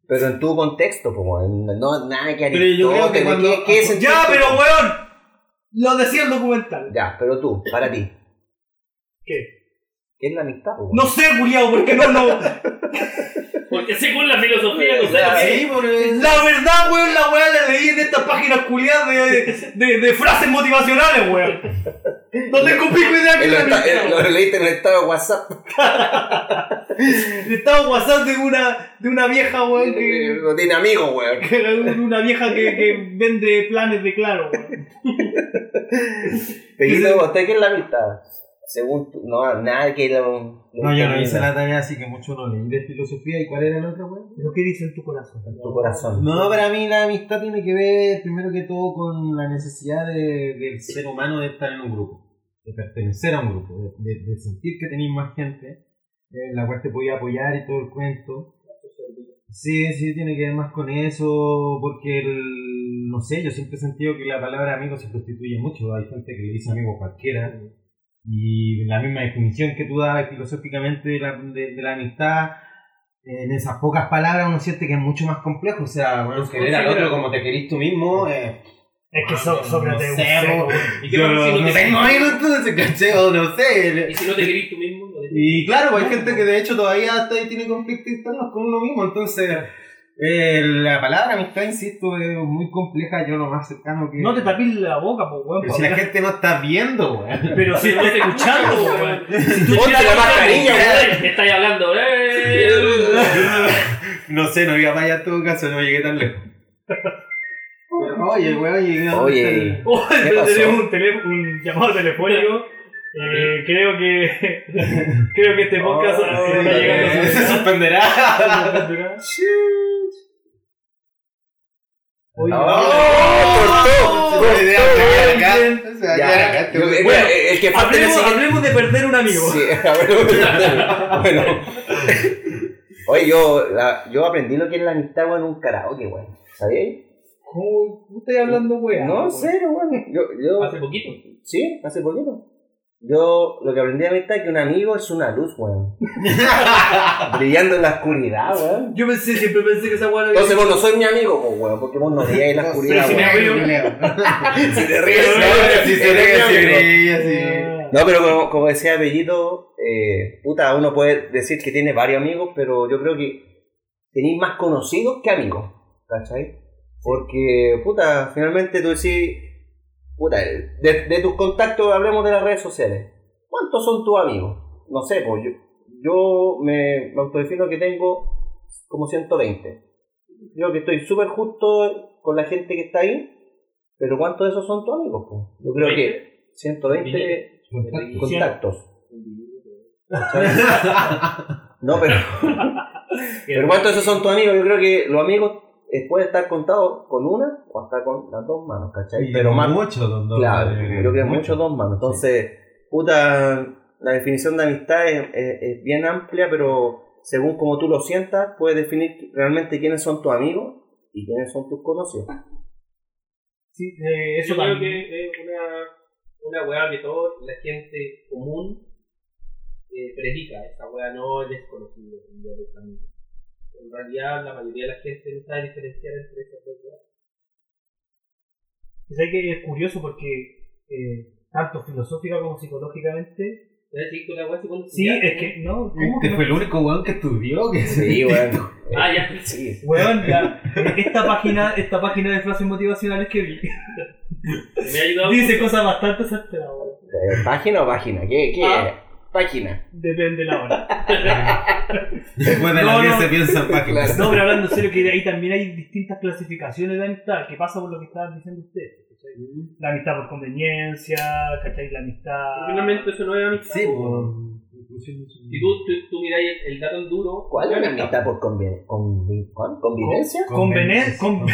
S3: Pero en tu contexto, pues, weón. No, nada que
S4: Pero yo creo que
S3: Aristóteles,
S4: cuando-
S3: ¿qué- qué es en tu
S1: Ya, pero
S3: contexto?
S1: weón. Lo decía el documental.
S3: Ya, pero tú, para ti.
S1: ¿Qué?
S3: ¿Qué es la amistad, po, weón?
S1: No sé, culiao, porque no lo.
S2: Porque según la filosofía, no sé
S3: Ya,
S2: lo que
S4: Sí, porque
S1: La verdad, weón, la weá la leí en estas páginas culiadas de, de, de frases motivacionales, weón. No tengo pico idea que
S3: Eh, lo,
S1: la
S3: está- eh,
S1: amistad,
S3: lo leíste en el estado de WhatsApp.
S1: weón. Estaba en WhatsApp de una, de una vieja, weón,
S3: Eh,
S1: que.
S3: No tiene amigos, weón.
S1: que era una vieja que, que vende planes de claro, weón.
S3: Te
S1: Sí,
S3: dice,
S1: sí.
S3: ¿usted qué es la amistad? Según tú, no, nada que la.
S4: No, yo no hice la tarea, así que mucho no leí de filosofía. ¿Y cuál era el otro, weón?
S1: Pero ¿qué dice en tu corazón?
S3: Tu corazón.
S4: No, para mí la amistad tiene que ver primero que todo con la necesidad de- del ser humano de estar en un grupo, de pertenecer a un grupo, de, de- de sentir que tenéis más gente en la cual te podía apoyar y todo el cuento. Sí, sí, tiene que ver más con eso, porque el- no sé, yo siempre he sentido que la palabra amigo se prostituye mucho. Hay gente que le dice amigo a cualquiera. Y la misma definición que tú dabas filosóficamente de la, de- de la amistad, en esas pocas palabras uno siente que es mucho más complejo. O sea, bueno, querer al otro como te querís tú mismo. eh,
S1: Es que so,
S4: No
S1: Sócrates es un
S4: sé,
S1: seco,
S4: weón.
S1: Ah, weón.
S2: ¿Y qué
S4: yo
S2: pasa si
S4: no
S2: no te
S4: tengo amigos, entonces, ¿cachai? O no
S2: Y
S4: sé.
S2: si no te querís tú mismo, no te
S4: Y claro, pues, hay gente que de hecho todavía hasta ahí tiene conflictos internos con uno mismo. Entonces, eh, la palabra amistad, insisto, es muy compleja. Yo lo más cercano que.
S1: No te tapís la boca, pues, weón.
S4: Pero
S1: pa'
S4: si la
S1: hablar.
S4: gente no está viendo, weón. [LAUGHS]
S1: Pero si estás escuchando, weón.
S3: Ponte la mascarilla, weón.
S2: Te estáis hablando, eh.
S4: no sé, no iba para allá en todo caso, no llegué tan
S3: [LAUGHS]
S4: lejos. Pero, Oye, weón, llegué a-
S3: Oye.
S1: [LAUGHS] Oh,
S3: pasó?
S1: tenemos un, telé- un llamado telefónico. Eh, creo que [LAUGHS] creo que este podcast
S3: Oh,
S1: está llegando a
S4: Eh,
S1: su
S4: [LAUGHS]
S1: [LAUGHS]
S4: Se suspenderá.
S1: final. Oye,
S3: ¡Oh!
S4: Se va a quedar acá. Se va a quedar
S3: Ya,
S4: acá,
S3: yo-
S4: te-
S3: eh,
S1: Bueno,
S3: eh, el que falta en el
S1: hablemos,
S3: siguiente.
S1: hablemos de perder un amigo.
S3: Sí, [LAUGHS] hablemos- bueno. Oye, yo, la- yo aprendí lo que es la amistad, weón, en un karaoke, weón. ¿Sabíais?
S1: ¿Cómo estás hablando, weón?
S3: No, en serio, weón. Yo, yo,
S2: Hace poquito.
S3: sí, hace poquito. Yo lo que aprendí de amistad es que un amigo es una luz, weón. Brillando en la oscuridad, weón.
S1: Yo pensé, siempre pensé que esa weón había...
S3: Entonces vos no sois mi amigo, pues, weón, porque vos no veías la oscuridad,
S1: pero si me
S3: weón.
S1: abrió.
S3: Si [LAUGHS] te
S4: Si se
S3: eres
S4: ve,
S3: mi
S4: si
S3: amigo.
S4: brilla,
S3: No, pero como, como decía Bellito, eh, puta, uno puede decir que tiene varios amigos, pero yo creo que tenéis más conocidos que amigos, ¿cachai? Porque, puta, finalmente tú decís, puta, de, de tus contactos hablemos de las redes sociales. ¿Cuántos son tus amigos? No sé, pues yo, yo me, me autodefino que tengo como 120. Creo que estoy súper justo con la gente que está ahí, pero ¿cuántos de esos son tus amigos? pues? Yo creo que 120
S4: sí.
S3: contactos. No, pero. pero ¿cuántos de esos son tus amigos? Yo creo que los amigos eh, pueden estar contados con una o hasta con las dos manos, ¿cachai? Pero más.
S4: mucho, don Eh, Don.
S3: Claro, yo creo que mucho
S4: Mucho.
S3: dos manos. Entonces, puta, la definición de amistad es, es- es bien amplia, pero según como tú lo sientas, puedes definir realmente quiénes son tus amigos y quiénes son tus conocidos.
S1: Sí, eh, eso
S2: Yo creo
S1: también.
S2: que es una, una weá que toda la gente común eh, predica. Esa weá no es desconocido. no es desconocido. En realidad, la mayoría de la gente no sabe diferenciar entre esas dos weas.
S1: Sé que es curioso porque eh, tanto filosófica como psicológicamente...
S2: ¿Sabes si con la weá se puede
S1: Sí,
S2: estudiar,
S1: es que... No, ¿cómo
S4: Este
S1: que no?
S4: fue el único weón que estudió. Que
S3: Sí, bueno.
S2: ¿no? Ah, ya.
S3: Sí.
S1: Weón, ya. Esta página, esta página de frases motivacionales que
S2: [LAUGHS]
S1: vi
S2: Me ha ayudado.
S1: dice cosas bastante certeras, weón.
S3: Eh, ¿Página o página? ¿Qué? qué?
S1: Ah.
S3: páginas.
S1: Depende la hora.
S4: Después de
S1: No,
S4: las 10
S1: no.
S4: se piensan páginas.
S1: No,
S4: [LAUGHS]
S1: pero hablando en serio, que ahí también hay distintas clasificaciones de amistad, que pasa por lo que estaban diciendo ustedes. ¿cachai?
S2: Mm.
S1: La amistad por conveniencia, ¿cachai? La amistad.
S2: Finalmente eso no es amistad.
S4: Sí,
S2: po.
S4: po.
S2: Si tú, tú, tú miráis el, el dato en duro,
S3: ¿Cuál es
S2: no
S3: la amistad por conven- convi- ¿cuál? convivencia?
S1: Convener- con-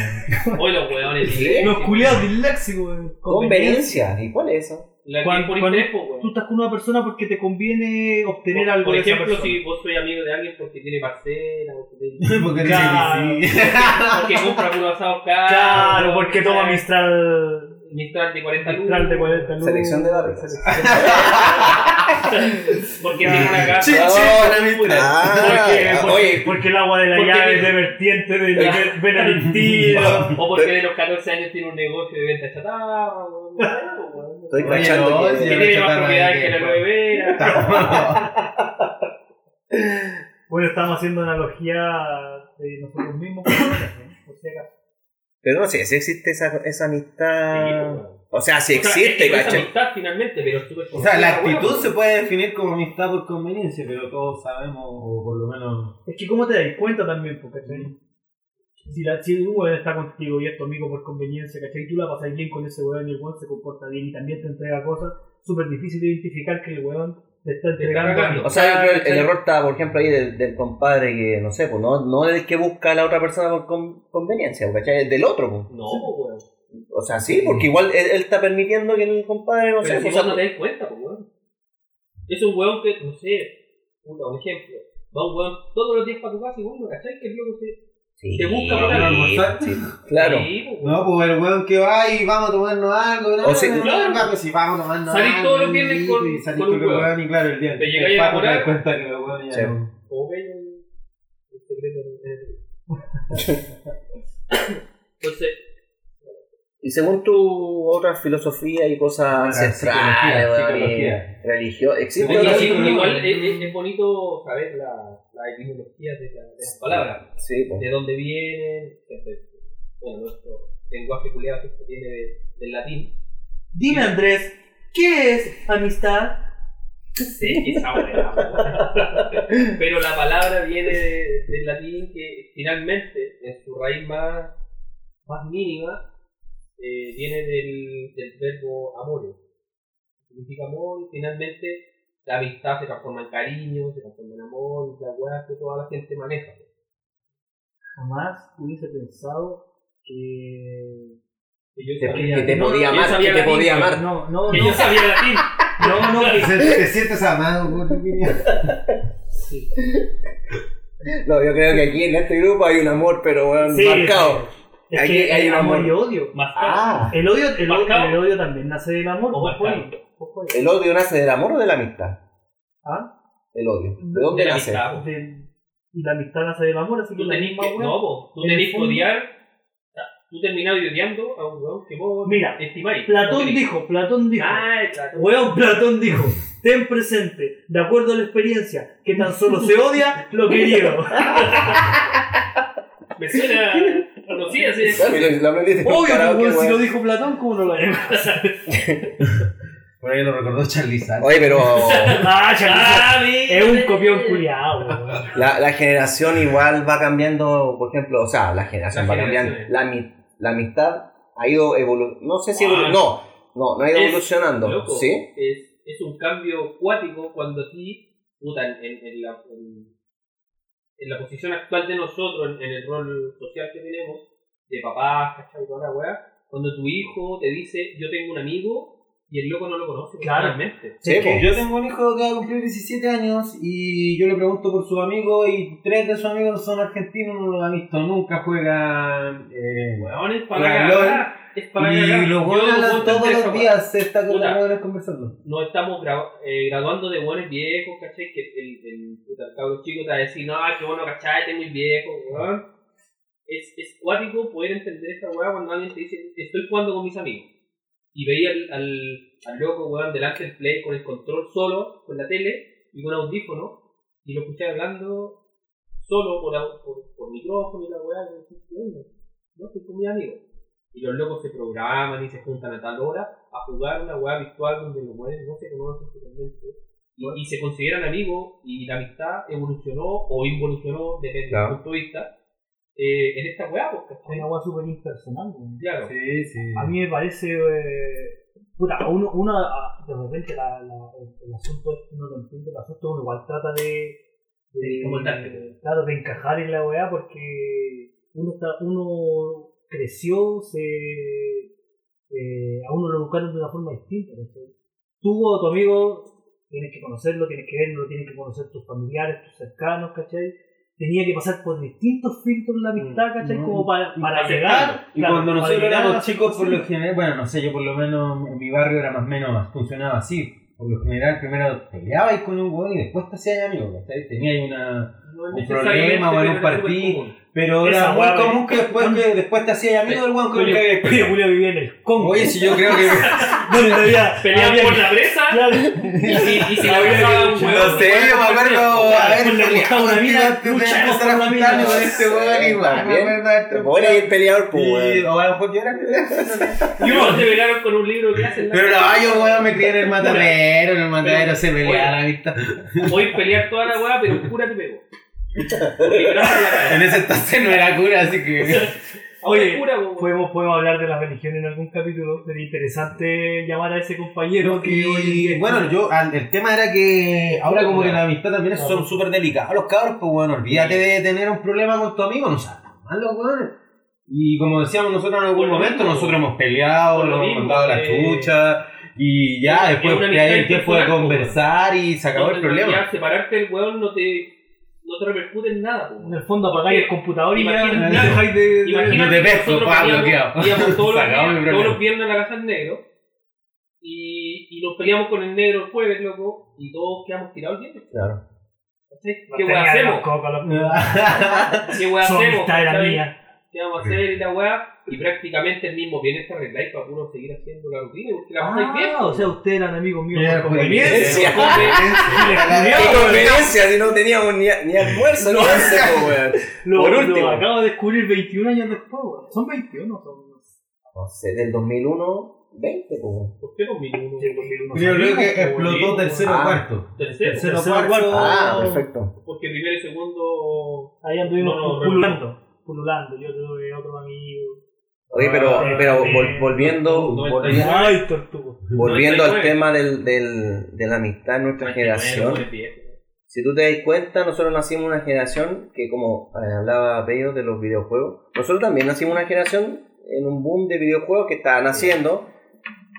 S2: Hoy los weones.
S3: ¿Qué?
S1: Los culiados disléxicos, weón.
S3: Conveniencia. ¿Y cuál es eso?
S2: La que
S1: Cuan-
S2: es por
S1: cuan-
S2: interés, po, weón.
S1: Tú estás con una persona porque te conviene obtener
S2: Por-
S1: algo
S2: Por
S1: de esa
S2: ejemplo,
S1: persona.
S2: si vos sois amigo de alguien porque tiene parcela, o porque,
S1: [LAUGHS]
S4: Porque
S1: Claro.
S4: dice que sí.
S2: porque compra puro asado caro.
S1: Claro, porque toma Mistral.
S2: Mistral de 40 lucas.
S1: Mistral de 40 lucas.
S3: Selección de barrios.
S2: [LAUGHS] Porque tiene una casa.
S4: Chin, chin,
S1: Oh,
S3: Ah,
S4: para mí,
S1: Porque,
S3: Ah,
S1: porque-
S3: oye,
S1: porque el agua de la
S2: porque-
S1: llave es de vertiente de la
S2: Oye. [LAUGHS]
S1: Benadictino.
S2: O porque de los 14 años tiene un negocio de venta chatarra. o- o-
S3: estoy
S4: Oye,
S3: cachando
S4: no,
S3: que-
S4: sí.
S2: Tiene más
S4: chatarra
S2: propiedades
S4: de
S2: que la
S4: qué,
S2: nueve veras.
S1: Bueno, estamos haciendo analogía de nosotros mismos. por si acaso.
S3: Pero no sé si existe esa, esa Ah. amistad. O sea, si
S2: Sí, pues, weón. O pues, sea,
S3: existe,
S2: es- es
S3: ¿cachai?
S2: amistad finalmente, pero es súper
S4: O sea, la
S2: conocida,
S4: actitud
S2: weón.
S4: se puede definir como amistad por conveniencia, pero todos sabemos, o por lo menos.
S1: Es que cómo te das cuenta también, porque
S2: Mm.
S1: si, la, si un weón está contigo y es tu amigo por conveniencia, ¿cachai? Tú la pasas bien con ese weón y el weón se comporta bien y también te entrega cosas, súper difícil de identificar que el weón te está entregando.
S2: cagando.
S3: O sea, yo creo que el
S1: ¿cachai?
S3: error está, por ejemplo, ahí del, del compadre que, no sé, pues no, no es el que busca a la otra persona por con- conveniencia, ¿cachai? Es del otro, pues.
S2: No, weón.
S3: O sea, sí, porque igual él, él está permitiendo que el compadre, no
S2: Pero
S3: sé,
S2: si
S3: pues,
S2: vos
S3: o
S2: no te
S3: sea,
S2: das cuenta, pues, weón. Es un weón que, no sé, puta, un ejemplo. Va un weón todos los días para tu casa y bueno, ¿cachai? Que el loco se.
S3: sí,
S2: te busca para
S4: almorzar.
S3: sí, Claro.
S2: Sí, pues, weón.
S4: No, pues el weón que va y vamos a tomarnos algo, no,
S3: O si-
S4: no, no,
S2: claro.
S4: no, pues si vamos a tomarnos
S2: Salí
S4: algo.
S2: todos los viernes
S4: y-
S2: con-
S4: y salí
S2: con un
S4: con el
S2: weón.
S4: weón y claro, el día
S2: Te llegáis a
S4: te das
S2: enamorar.
S4: cuenta que el weón ya
S3: Sí.
S4: no-
S2: Como que el, el secreto de-
S4: [LAUGHS]
S2: de- Entonces,
S3: Y según tu otra filosofía y cosas
S4: Ah,
S3: ancestrales,
S4: psicología,
S3: weón, y
S4: psicología.
S3: religio- existe
S4: Pero
S2: igual-
S3: otra
S4: sí,
S2: igual,
S4: pero-
S2: es, es- es bonito saber la, la etimología de, la- de las palabras,
S3: Sí, pues.
S2: de dónde vienen, etcétera. Bueno, nuestro lenguaje culiado que esto viene de- del latín.
S1: Dime, Andrés, ¿qué es amistad?
S2: Sí, quizá buena, weón. Pero la palabra viene de- del latín que finalmente, en su raíz más, más mínima, eh, viene del, del verbo amore. Significa amor y finalmente la amistad se transforma en cariño, se transforma en amor, y la weá que toda la gente maneja.
S1: Jamás hubiese pensado que.
S2: Que yo
S3: Que-
S2: sabía-
S3: que te
S2: no, no,
S3: podía
S2: yo
S3: amar,
S2: sabía
S3: que te
S2: latín,
S3: podía amar.
S1: No, no, no.
S2: Que yo sabía latín.
S1: No,
S4: [LAUGHS]
S1: no,
S2: pues.
S1: que-
S4: Se- Te sientes amado, weón.
S1: sí.
S3: No, yo creo que aquí en este grupo hay un amor, pero bueno,
S1: Sí,
S3: marcado.
S1: Es
S3: Aquí
S1: que
S3: hay
S1: hay
S3: un
S1: amor
S3: amor.
S1: y odio.
S2: Más
S3: Ah,
S1: El odio, el, odio-
S2: Marcado.
S1: el odio también nace del amor.
S2: O
S1: ojo ahí,
S2: marcado.
S1: ojo ahí.
S3: ¿el odio nace del amor o de la amistad?
S1: ¿Ah?
S3: El odio. ¿De dónde
S2: de la
S3: nace?
S2: amistad, po.
S1: De- y la amistad nace del amor, así que
S2: Tú
S1: la
S2: tenés
S1: misma
S2: que,
S1: weá.
S2: no, po, tú
S1: En el
S2: tenés que
S1: fondo.
S2: odiar, o sea, tú terminás odiando a un weón que vos
S1: Mira,
S2: estimáis. No
S1: Platón
S2: tenés-
S1: dijo, Platón dijo,
S2: Ah, el Platón.
S1: weón, Platón dijo, ten presente, de acuerdo a la experiencia, que tan solo se odia lo
S3: [LAUGHS]
S1: querido.
S2: Me suena
S1: [LAUGHS]
S2: conocida, sí.
S3: Pero la aprendiste en un
S1: Obvio,
S3: karaoke,
S1: que, weón, si
S3: weón.
S1: lo dijo Platón, ¿cómo no lo
S2: [LAUGHS]
S1: haremos?
S4: Por ahí lo recordó Charlie Sanz.
S3: Oye, pero
S1: ah, ya lo
S2: Ah,
S1: hizo. es un copión culiado, weón.
S3: la, la generación igual va cambiando, por ejemplo, o sea, la generación
S2: La
S3: va cambiando.
S2: generación.
S3: La, ami- la amistad ha ido evolucionando. No sé si
S2: Ah.
S3: evolu- No, no, no ha ido
S2: Es
S3: evolucionando.
S2: Loco,
S3: ¿Sí?
S2: es, es un cambio cuático cuando a ti, puta, en, en- en la, en- en la posición actual de nosotros, en, en el rol social que tenemos, de papás, cachai, toda la weá, cuando tu hijo te dice, yo tengo un amigo, y el loco no lo conoce
S1: Claro.
S2: claramente.
S3: Sí,
S1: Es que
S3: po.
S4: Yo tengo un hijo que va a cumplir 17 años y yo le pregunto por sus amigos y tres de sus amigos son argentinos, no los ha visto nunca, juegan... eh,
S2: Weón, es
S4: Weón,
S2: para cagar, es para
S4: y
S2: cagar.
S4: los
S2: Yo puedo
S4: juegan todos
S2: entender esa
S4: los
S2: weá.
S4: días, se está con
S2: Puta.
S4: los jugadores conversando.
S2: no estamos gra- eh, graduando de buenos viejos, ¿cachai? Que el, el, puta, el cabro chico te va a decir, no, que bueno, ¿cachai? Este es muy viejo, weón. Es, es cuático poder entender esta weá cuando alguien te dice, estoy jugando con mis amigos. Y veía al, al, al loco, weón, delante del play con el control solo, con la tele y con audífono, y lo escuché hablando solo por, au- por, por micrófono y la weá, y decís, ¿qué onda? No, estoy con mis amigos. Y los locos se programan y se juntan a tal hora a jugar una weá virtual donde los mujeres no se conocen totalmente y, y se consideran amigos y la amistad evolucionó o involucionó, depende
S3: Claro.
S2: del punto de vista, eh, en esta weá, pues,
S1: Es una
S2: ¿cachai?
S1: agua súper impersonal. weón.
S2: Claro.
S4: Sí, sí.
S1: A mí me parece. eh, puta, a uno, uno a- de repente la, la- el, el asunto es que uno lo entiende, el asunto uno igual trata de.
S2: De acomodarte.
S1: claro, de encajar en la weá porque uno, está, uno creció, se, eh, a uno lo educaron de una forma distinta. ¿cachai? Tú o tu amigo tienes que conocerlo, tienes que verlo, tienes que conocer tus familiares, tus cercanos, ¿cachai? Tenía que pasar por distintos filtros la amistad, ¿cachai?
S4: Mm,
S1: Como para, para
S2: aceptarlo.
S1: llegar.
S4: Y
S1: claro,
S4: cuando
S1: para
S4: nosotros
S1: llegar a
S4: éramos
S1: las
S4: chicos, por lo
S1: situaciones.
S4: general, bueno, no sé, yo por lo menos en mi barrio era más o menos, funcionaba así. Por lo general, primero peleabais con un weón y después te hacías amigo, ¿cachai? Teníais una.
S2: No es
S4: Un
S2: necesariamente,
S4: problema,
S2: pero
S4: bueno, un
S2: era súper
S4: partido.
S2: común.
S4: Pero era
S1: Esa
S4: muy
S1: weá,
S4: común que después, que después te hacías amigo del weón con el que habías
S1: Oye,
S4: peleado.
S1: Julio vivía en el Congo.
S4: Oye, si yo creo que. [LAUGHS]
S1: donde había.
S2: Peleaban
S1: había-
S2: por la presa
S1: Claro.
S2: y si, y si la
S4: Había
S2: pasaba
S4: que-
S2: un huevo.
S3: No sé, yo me acuerdo haber
S1: Pues le gustaba una mina,
S3: peleado, antes de
S1: luchamos
S3: empezar
S1: por
S3: a
S1: la
S3: juntarme
S1: mina.
S3: con este weón igual.
S4: También.
S3: me acuerdo de este weón. Era el peleador, pues,
S4: Y,
S3: weón.
S4: o a lo mejor yo era. [LAUGHS]
S2: Y uno se velaron con un libro que hacen.
S4: Pero no, yo weón me crié en el matadero, en el matadero se peleaba la vista.
S2: Voy a pelear toda la weá, pero cura te pego. Porque me das en la cara.
S4: En ese entonces no era cura, así que.
S1: Oye,
S2: Ahora cura, weón.
S1: Podemos, podemos hablar de la religión en algún capítulo. Sería interesante llamar a ese compañero que hoy en
S4: Y
S1: día-
S4: bueno, yo, al- el tema era que ahora como que la amistad también es- son súper delicados los cabros, pues bueno, olvídate de tener un problema con tu amigo, no seas tan malo, weón. Y como decíamos nosotros en algún
S2: Por lo
S4: momento,
S2: mismo.
S4: nosotros hemos peleado,
S2: Por lo
S4: nos hemos
S2: mismo,
S4: mandado a la
S2: eh,
S4: chucha, y ya,
S2: es
S4: después
S2: una
S4: que hay el
S2: amistad
S4: tiempo de
S2: personal, pues,
S4: conversar y se acabó el
S2: Entonces,
S4: problema.
S2: ya separarte del weón no te, no te repercute en nada.
S1: en
S2: weón.
S1: el fondo apagáis el computador y ya
S2: Imagínate-
S1: ya dejáis de. de-
S2: Imagínate
S4: No te ves,
S2: nosotros
S4: papá,
S2: peleamos-
S4: bloqueado.
S2: íbamos todos
S4: Se
S2: los,
S4: acabó el
S2: días,
S4: problema.
S2: todos los viernes a la casa del negro y, y nos peleamos con el negro el jueves, loco, y todos quedamos tirados el viernes.
S4: Claro.
S2: ¿cachai?
S1: Nos
S2: ¿Qué weá
S1: tenía de los
S2: hacemos?
S1: cocos, los-
S2: ¿Qué weá
S1: Su
S2: hacemos?
S1: amistad era
S2: ¿cachai?
S1: mía.
S2: ¿Qué vamos a hacer? Y la weá, y prácticamente el mismo viene esta arregláis para uno seguir haciendo la rutina, porque la pasáis bien.
S1: Ah, o sea, ustedes eran amigos míos
S4: Era
S1: por conveniencia.
S4: conveniencia.
S2: Pero, entonces,
S3: ¡Qué conveniencia! Si no teníamos ni, ni almuerzo, ni once, pues, weón.
S1: Lo,
S3: Por
S1: lo
S3: último.
S1: acabo de descubrir 21 años después, weón. Son 21, son.
S3: No sé, del 2001, 20, pues, weón. [LAUGHS]
S2: ¿Por qué los minutos?
S4: Yo creo que explotó tercero
S1: tercero
S4: o
S3: Ah.
S4: cuarto.
S2: Tercero,
S4: Tercero,
S1: tercero,
S4: cuarto.
S1: cuarto.
S3: Ah, perfecto.
S2: porque primero y segundo.
S1: Ahí anduvimos
S2: No, no,
S1: pululando. Pululando. Yo tuve otro amigo. Ah,
S3: Oye,
S2: Ah,
S3: pero, pero vol- volviendo, volvi-
S1: Ay, tortugo.
S3: volviendo al
S2: 99.
S3: tema del, del, de la amistad en nuestra generación.
S2: Bueno, pues, bien.
S3: Si tú te das cuenta, nosotros nacimos en una generación que, como eh, hablaba Pello de los videojuegos, nosotros también nacimos en una generación en un boom de videojuegos que estaban haciendo,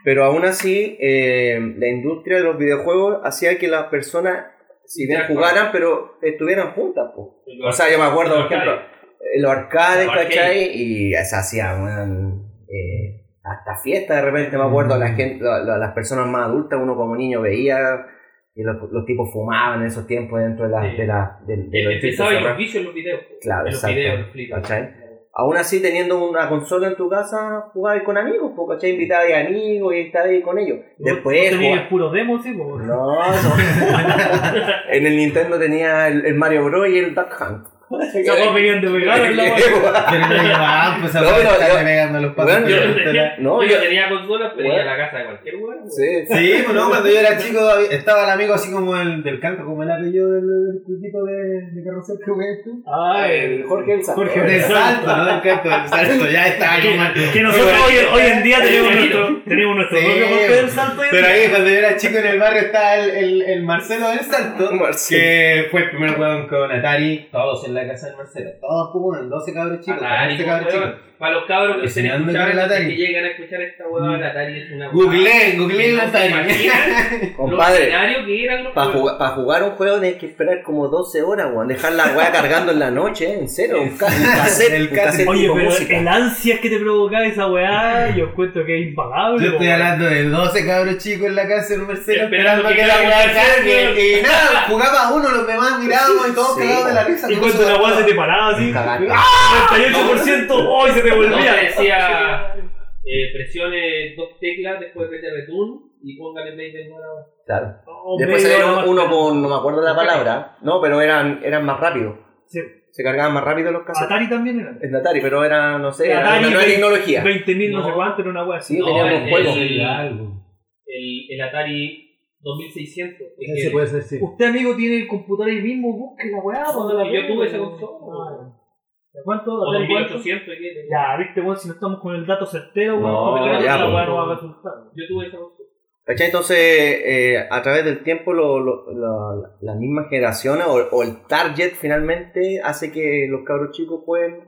S3: pero aún así eh, la industria de los videojuegos hacía que las personas, si bien
S2: Ya,
S3: jugaran, pero estuvieran juntas. po. O sea, yo me acuerdo, por ejemplo, en los arcades,
S2: Los arcades.
S3: ¿cachai? Y se hacía weón, eh, hasta fiesta de repente, me acuerdo,
S2: Mm.
S3: la gente, la- la- las personas más adultas, uno como niño veía que los, los tipos fumaban en esos tiempos dentro de las
S2: Sí.
S3: de la, de,
S1: Eh,
S3: de los edificios
S2: Empezaba en los
S3: cerrados.
S2: vicios en los videos. pues.
S3: Claro,
S2: en los
S3: exacto.
S2: videos, los flipas.
S3: ¿Cachai? Aún así, teniendo una consola en tu casa, jugabas con amigos, po, ¿cachai? Invitabas a amigos y estabas ahí con ellos. Después,
S1: Tenía
S3: jugabas-
S1: puros demos, sí, weón.
S3: [LAUGHS] No, no. [LAUGHS] en el Nintendo tenía el, el Mario Bros y el Duck Hunt.
S1: Capaz venían de
S3: [LAUGHS]
S1: pegar la weá.
S4: Pero no llevaban, pues a
S3: No, pero
S4: estarle
S3: yo-
S4: pegando los pasos.
S3: Bueno, yo-
S2: Yo tenía,
S3: No,
S2: yo
S3: yo-
S2: tenía consolas, pero iba a
S3: Bueno.
S2: la casa de cualquier weón.
S3: Sí,
S4: Sí, pues no, cuando yo era chico había- estaba el amigo así como el del canto, como el apellido del, del tipo de, de carrusel que jugaste.
S1: Ah, el
S3: Jorge el Santo.
S1: Jorge
S4: Del salto, no del canto, del salto, ya estaba yo mal.
S1: Que nosotros hoy, hoy en día tenemos nuestro, tenemos nuestro
S4: Sí.
S1: propio golpe del salto. hoy en
S4: Pero
S1: día.
S4: ahí cuando yo era chico en el barrio estaba el, el, el Marcelo del salto,
S3: Marcelo.
S4: que fue el primer weón con Atari, todos en la casa del Marcelo, todos jugaban, 12 cabros chicos,
S2: Atari,
S4: 14 cabros
S2: weón.
S4: chicos.
S2: Para los cabros que, se
S4: Alucinando con
S2: escucharon,
S4: el
S2: que
S4: Atari.
S2: llegan a escuchar esta weá, el Atari es una weá.
S4: Googleé, googleé el
S2: No se
S4: Atari.
S2: imaginan Los
S3: [LAUGHS] Compadre,
S2: escenarios que eran los
S3: para
S2: juegos.
S3: jugar un juego tenés que esperar como 12 horas, weón. Dejar la weá cargando en la noche, en serio. Un, ca- un cassette,
S4: El
S3: un
S4: cassette.
S3: cassette
S1: Oye,
S3: tipo
S1: pero
S3: música.
S1: el ansia que te provocaba esa weá, yo encuentro que es impagable.
S4: Yo estoy
S1: weón.
S4: hablando de 12 cabros chicos en la casa del Marcelo
S2: Esperando
S4: esperando que
S2: que
S4: la
S2: caiga
S4: weá
S2: el tercero.
S4: cargue. Y nada, jugaba uno, los demás mirábamos y todos
S3: Sí.
S4: cagados de la risa.
S1: Y
S4: no
S1: cuando
S4: se
S1: la weá se
S4: acordaba.
S1: te paraba así, ¡ah!
S3: Cagaste.
S1: 98%, hoy se te
S2: No,
S1: volvía.
S2: te decía, eh, presione dos teclas después de return y póngale play de nuevo.
S3: Claro.
S1: Oh,
S3: Después
S1: media
S3: salieron
S1: hora
S3: uno
S1: más.
S3: con, no me acuerdo la palabra, no, pero eran, eran más rápidos.
S1: Sí.
S3: Se cargaban más rápido los cassettes.
S1: Atari también era.
S3: En Atari, pero era, no sé, era
S1: Atari,
S3: una nueva
S1: ve-
S3: tecnología.
S1: 20.000 no.
S2: No.
S1: sé cuánto era una weá así.
S3: Sí, teníamos
S2: el-
S3: juegos.
S2: el, el Atari 2600. es
S4: Ese
S2: que-
S4: puede ser, sí.
S1: Usted, amigo, tiene el computador ahí mismo, busque la weá.
S2: No,
S1: ponga Ah, la
S2: yo
S1: weá,
S2: tuve esa
S1: weón.
S2: consola.
S1: Ah, ya. ¿Cuánto?
S2: O
S1: ¿Cuánto?
S2: 2800. es que-
S1: Ya, viste, weón, si no estamos con el dato certero, weón,
S3: No,
S1: porque la-
S3: ya,
S1: la
S3: pues.
S1: weá no va a resultar.
S2: Yo tuve esa consola.
S3: ¿Cachai? Entonces, eh, a través del tiempo, lo- lo- la, la misma generación o, o el target finalmente hace que los cabros chicos jueguen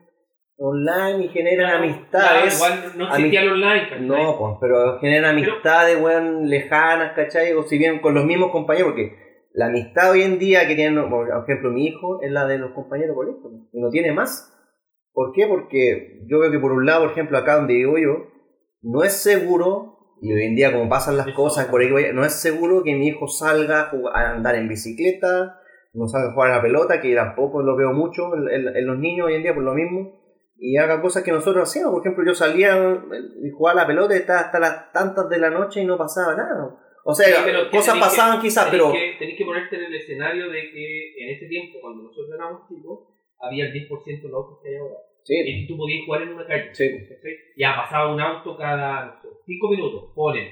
S3: online y generan amistades.
S2: Igual no existía el online. ¿cachai?
S3: No, pues, pero generan
S2: Pero-
S3: amistades, weón, lejanas, ¿cachai? O si bien con los mismos compañeros, porque la amistad hoy en día que tienen, por ejemplo, mi hijo es la de los compañeros por esto, y no tiene más. ¿Por qué? Porque yo veo que por un lado, por ejemplo, acá donde vivo yo, no es seguro, y hoy en día como pasan las cosas, por ahí que vaya, no es seguro que mi hijo salga a jug- a andar en bicicleta, no salga a jugar a la pelota, que tampoco lo veo mucho en, en- en los niños hoy en día por lo mismo, y haga cosas que nosotros hacíamos. Por ejemplo, yo salía eh, y jugaba a la pelota y estaba hasta las tantas de la noche y no pasaba nada. O sea,
S2: Sí, pero que
S3: cosas
S2: tenés que-
S3: pasaban quizás,
S2: Tenés
S3: pero...
S2: que, tenés que ponerte en el escenario de que en ese tiempo, cuando nosotros éramos chicos, había el 10% de los autos que hay ahora.
S3: Sí,
S2: Y tú podías jugar en una calle.
S3: sí,
S2: ¿cachai? Ya pasaba un auto cada 5 minutos, ponen.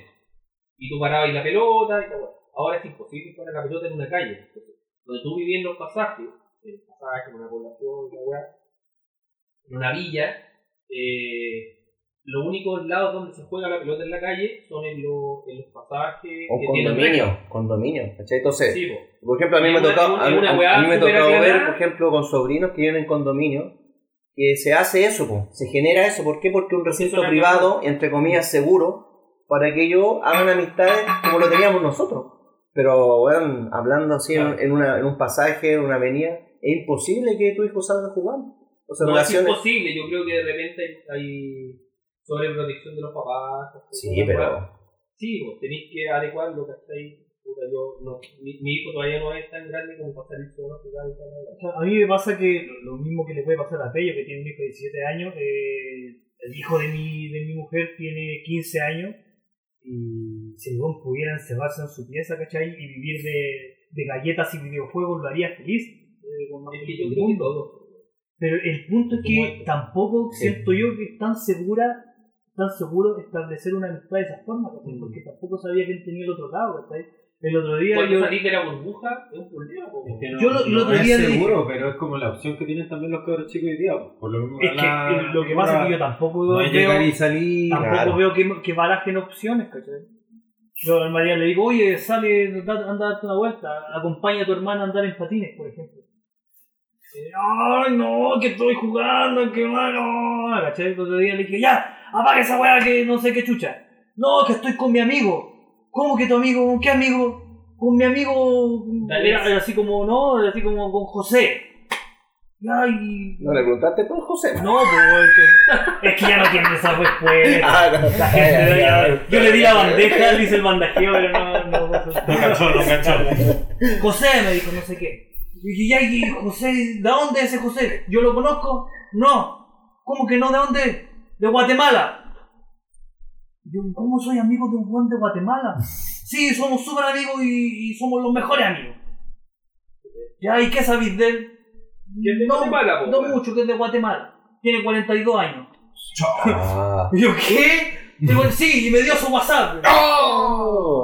S2: Y tú parabas y la pelota y todo. Ahora es imposible parar la pelota en una calle. Entonces, donde tú vivías en los pasajes, en el pasaje, en una población, en una weá, en una villa, eh, los únicos lados donde se juega la pelota en la calle son en, los- en los pasajes
S3: o
S2: que tienen rejas.
S3: condominio, condominio, ¿cachai? Entonces...
S2: Sí, po.
S3: Por ejemplo, a mí
S2: Es
S3: me
S2: una-
S3: tocó,
S2: es
S3: a,
S2: una
S3: a-
S2: weá
S3: a mí me
S2: súper
S3: tocó ver,
S2: aclarada.
S3: por ejemplo, con sobrinos que viven en condominio, que se hace eso, po. se genera eso. ¿Por qué? Porque un recinto
S2: son
S3: privado, entre comillas, seguro, para que ellos hagan amistades como lo teníamos nosotros. Pero, weón, hablando así en- en, una, en un pasaje, en una avenida, es imposible que tu hijo salga a jugar. O sea,
S2: No es
S3: relaciones...
S2: imposible, yo creo que de repente hay, hay sobreprotección de los papás. ¿cachai?
S3: Sí, pero...
S2: Sí, vos tenés que adecuarlo, ¿cachai? Puta, yo, no, mi, mi hijo todavía no es tan grande como para salir solo a jugar y tal. tal, tal.
S1: O sea, A mí me pasa que lo- lo mismo que le puede pasar a Pello, que tiene un hijo de 17 años, eh, el hijo de mi, de mi mujer tiene 15 años, y si el weón pudiera encerrarse en su pieza, ¿cachai? Y vivir de, de galletas y videojuegos, lo haría feliz. eh, con más
S2: Es que
S1: feliz
S2: yo
S1: del
S2: creo que
S1: mundo.
S2: todo.
S1: Pero el punto es que
S2: Muerto.
S1: tampoco
S3: Sí.
S1: siento yo que es tan segura, tan seguro establecer una amistad de esa forma, ¿cachai?
S4: Mm.
S1: porque tampoco sabía quién tenía el otro lado, ¿cachai? El otro día
S2: Cuando
S1: yo...
S2: salís de la burbuja es un problema, po,
S4: Es que
S1: Yo lo- el otro día
S4: es
S1: le dije-
S4: seguro, pero es como la opción que tienen también los cabros chicos hoy día. po. Por lo mismo
S1: Es que
S4: la-
S1: eh, lo que pasa es que yo tampoco
S4: No es llegar
S1: veo-
S4: y salir.
S1: Tampoco
S3: Claro.
S1: veo que, que barajen opciones, ¿cachai? Yo al María le digo, oye, sale, da- anda a darte una vuelta, acompaña a tu hermana a andar en patines, por ejemplo. Eh, Ay, no, que estoy jugando, que malo. ¿Cachai? El otro día le dije, ya, apaga esa weá que no sé qué chucha. No, que estoy con mi amigo. ¿Cómo que tu amigo? ¿Con qué amigo? Con mi amigo.
S2: Dale.
S1: Era, era así como, no, era así como con José. Ay,
S3: ¿No le preguntaste por José?
S2: [LAUGHS]
S1: no, pues es que, es que ya no tiene esa respuesta.
S3: Ah, no.
S1: La gente de allá- yo le di la bandeja, le hice el bandajeo, pero no, no,
S5: No cachó, no cachó.
S1: José me dijo no sé qué. Yo dije, ya, ¿y José? ¿De dónde es ese José? ¿Yo lo conozco? No. ¿Cómo que no? ¿De dónde? es? De Guatemala. Yo, ¿cómo soy amigo de un buen de Guatemala? Sí, somos súper amigos y, y somos los mejores amigos. Ya, ¿y qué sabéis de él?
S2: Que es de
S1: no,
S2: Guatemala, po,
S1: no
S2: weón.
S1: mucho, que es de Guatemala. Tiene 42 años. [LAUGHS]
S3: Ah.
S1: Y yo, ¿qué? Digo, sí, y me dio su
S3: [LAUGHS]
S1: WhatsApp.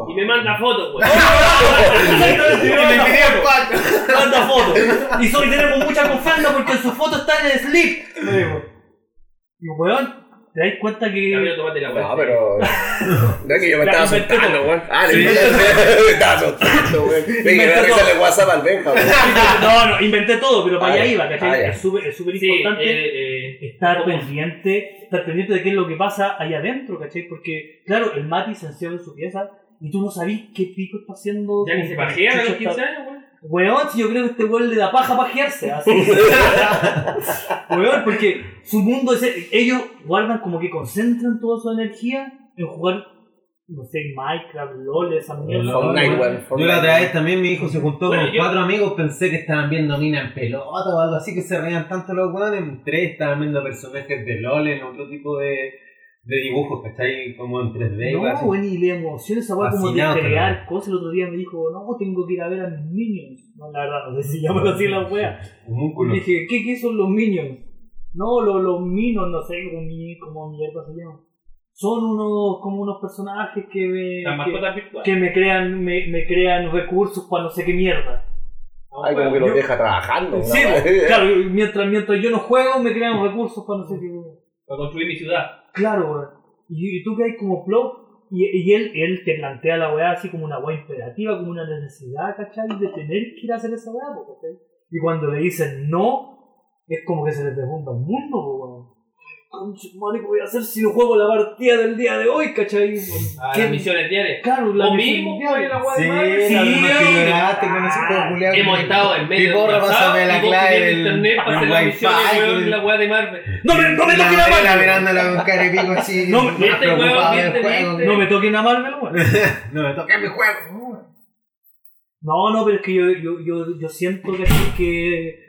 S2: Y me manda fotos, pues.
S1: Exactamente, me manda foto,
S5: pato.
S1: me manda
S3: [LAUGHS]
S1: foto. Y soy tenemos mucha confianza porque en su foto está en el slip. Me digo. Y weón, ¿te das cuenta que.
S2: Gabriel, tomate la vuelta.
S3: No, pero. [LAUGHS] No es que yo me
S1: Ah, pues, La
S3: estaba
S1: inventé
S3: asustando, weón. Ah, le
S1: Sí.
S3: inventé- me [LAUGHS] estaba asustando,
S1: [LAUGHS]
S3: weón. Le dije,
S1: Inventé
S3: voy a
S1: todo.
S3: revisarle WhatsApp al Benja, weón.
S1: [LAUGHS] No, no, inventé todo, pero para
S3: Ah,
S1: allá
S3: ya.
S1: iba,
S3: Ah,
S1: ¿cachai?
S3: ya.
S1: es súper es súper
S2: Sí,
S1: importante.
S2: eh, eh,
S1: estar
S2: ¿Cómo?
S1: pendiente, estar pendiente de qué es lo que pasa ahí adentro, ¿cachai? Porque, claro, el Mati se encierra en su pieza y tú no sabís qué pico está haciendo.
S2: ya ni
S1: con
S2: se
S1: qué
S2: pajean a
S1: chucha
S2: los
S1: está-
S2: 15 años, pues, weón.
S1: Weón, si yo creo que este weón le da paja pajearse, así. weón, porque su mundo es. Ellos guardan como que concentran toda su energía en jugar, no sé, Minecraft, LOL, esa mierda.
S3: Fortnite,
S1: weón.
S3: weón.
S4: Yo
S3: Fortnite.
S4: la otra vez también mi hijo se juntó
S2: Bueno,
S4: con
S2: yo-
S4: cuatro amigos, pensé que estaban viendo mina en pelota o algo así, que se reían tanto los weones. Tres estaban viendo personajes de LOL en otro tipo de, de dibujos, ¿cachai? Como en 3D. y
S1: No,
S4: cosas.
S1: weón, y la emoción esa weá como de
S4: Fascinado,
S1: crear
S4: claro.
S1: cosas. El otro día me dijo, no, tengo que ir a ver a mis minions. No, la verdad, no sé si llaman así la wea.
S4: Un
S1: Y
S4: músculo.
S1: dije, ¿qué, qué son los minions? No, los, los minos, no sé, como, mi- como mierda se llama. son unos, como unos personajes que me,
S2: Las
S1: que,
S2: mascotas virtuales.
S1: que me crean, me, me crean recursos para no sé qué mierda.
S2: Aún
S3: Ay, como que
S2: juegan.
S3: los deja trabajando.
S1: Sí,
S3: una [LAUGHS] wea.
S1: Claro, mientras, mientras yo no juego, me crean recursos para no sé qué mierda.
S2: Para construir mi ciudad.
S1: Claro, weón. Y, y tú que hay como plot, y, y él, él te plantea la weá así como una weá imperativa, como una necesidad, ¿cachai? De tener que ir a hacer esa weá, po, ¿cachai? Y cuando le dicen no, es como que se le derrumba el mundo, po, weón. Conche, tu madre, ¿qué voy a hacer si no juego la partida del día de hoy, cachai?
S2: Ah,
S1: ¿Qué-
S2: las misiones diarias.
S1: Claro, la
S2: Lo
S1: misión
S2: mismo,
S1: diaria.
S2: weón, la weá
S4: Sí,
S2: de madre.
S1: sí,
S4: la misma
S1: hombre.
S4: que lloraste con ese juego
S1: Ah,
S4: culiao que-
S2: Hemos estado en medio
S4: Piporra,
S2: WhatsApp
S4: pásame la
S2: y vos
S4: clave
S2: tenés
S4: del-
S2: internet para hacer
S4: del
S2: las
S4: wifi,
S2: misiones, weón,
S4: del-
S2: la weá de Marvel.
S1: ¡No me, no me
S4: La
S1: toquen a
S4: Adela
S1: Marvel!
S4: mirándola con cara de pico así.
S1: No,
S4: más
S2: viste, weón,
S4: preocupada
S2: viste,
S4: del juego.
S2: viste.
S1: No me toquen a Marvel, weón.
S4: No me toca mi juego.
S1: No, no, pero es que yo, yo, yo, yo siento que, que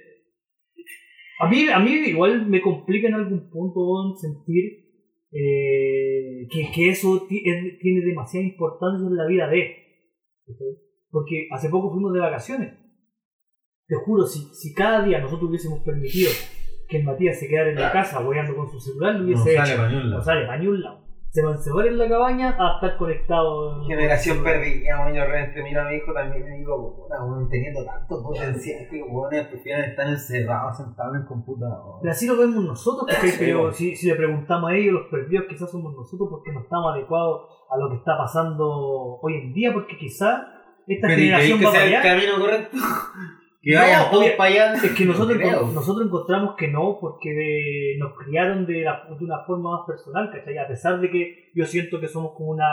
S1: a mí a mí igual me complica en algún punto weón, sentir eh, que, que eso ti- es- tiene demasiada importancia en la vida de ¿ok? porque hace poco fuimos de vacaciones te juro si, si cada día nosotros hubiésemos permitido que el Matías se quedara en la casa hueando con su celular lo
S4: No
S1: hubiese
S4: sale
S1: hecho
S4: pa' ningún lado.
S1: no sale pa' ni un lado se va a encerrar en la cabaña a estar conectado
S4: Generación perdida, weón. Yo realmente miro a mi hijo también y digo, puta, weón, teniendo tanto potencial que los weones prefieren estar encerrados, sentados en el computador.
S1: Pero así lo vemos nosotros, ¿cachai?
S4: Sí,
S1: pero
S4: bueno.
S1: si, si le preguntamos a ellos, los perdidos quizás somos nosotros porque no estamos adecuados a lo que está pasando hoy en día, porque quizás esta
S4: Pero ¿y creéis
S1: generación
S4: que
S1: va para
S4: sea el
S1: allá.
S4: camino
S1: [LAUGHS]
S4: correcto? Que
S1: No,
S4: vayan todos
S1: obvia-
S4: para allá.
S1: Es que nosotros,
S4: No creo.
S1: encon- nosotros encontramos que no, porque eh, nos criaron de, la- de una forma más personal, ¿cachai? A pesar de que yo siento que somos como una,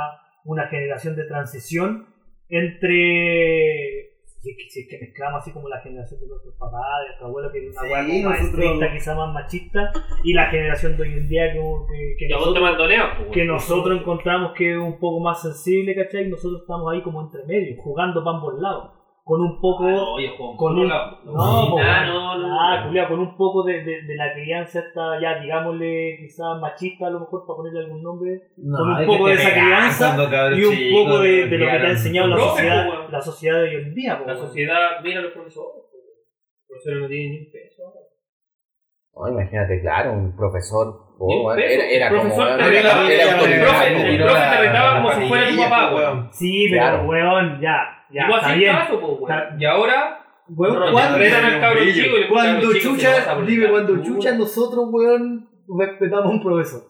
S1: una generación de transición entre... Si es, que, si es que mezclamos así como la generación de nuestros papás, de nuestros abuelos, que era una
S4: Sí,
S1: hueá como más
S4: nosotros-
S1: estricta, quizá más machista, y la generación de hoy en día como que, que
S2: Que vos te mandoneas, pues,
S1: que
S2: weón.
S1: nosotros encontramos que es un poco más sensible, ¿cachai? Nosotros estamos ahí como entre medio, jugando para ambos lados, con un poco...
S2: No, yo juego
S1: con
S2: un
S1: un- Ah,
S2: lado.
S1: No,
S2: No,
S1: po,
S2: nada,
S1: weón.
S2: no, no.
S1: Ah, culiao, con un poco de, de, de la crianza esta, ya digámosle, quizás machista a lo mejor, para ponerle algún nombre,
S4: No,
S1: con un
S4: es que
S1: poco
S4: te
S1: de esa
S4: pegan
S1: crianza
S4: cuando cabros
S1: y un
S4: chicos,
S1: poco de, de lo que te ha
S4: criaron
S1: enseñado la
S2: Profe,
S4: nosotros.
S1: sociedad,
S2: po, weón.
S1: la sociedad de hoy en día. po,
S2: La
S1: weón.
S2: sociedad, mira los profesores. po. Los profesores no tienen ni un peso. ahora.
S3: No, Oh, imagínate, claro, un profesor. po,
S2: Ni un
S3: weón,
S2: peso.
S3: era, era
S2: El
S3: como.
S2: profesor
S3: weón,
S2: te
S3: era-
S2: regalaba-
S3: era
S2: el
S3: autoritario,
S2: profe- el
S3: tiró
S2: profe
S3: la-
S2: te retaba como si fuera tu papá, weón.
S1: Sí, pero
S3: Claro.
S1: weón, ya, ya,
S2: Igual
S1: está
S2: sin
S1: bien.
S2: caso, po, weón.
S1: Está-
S2: Y ahora,
S1: Weón,
S4: No, ya
S1: ¿cuándo-
S4: no le
S2: retan
S4: tiene
S2: al
S4: un
S2: cabrón
S4: brillo.
S2: chico y le ponen al
S1: cuando
S2: cabrón chico, se lo vas a
S1: chucha,
S2: poner
S1: dime,
S2: la
S1: cuando
S2: dura.
S1: chucha nosotros, weón, respetamos a un profesor.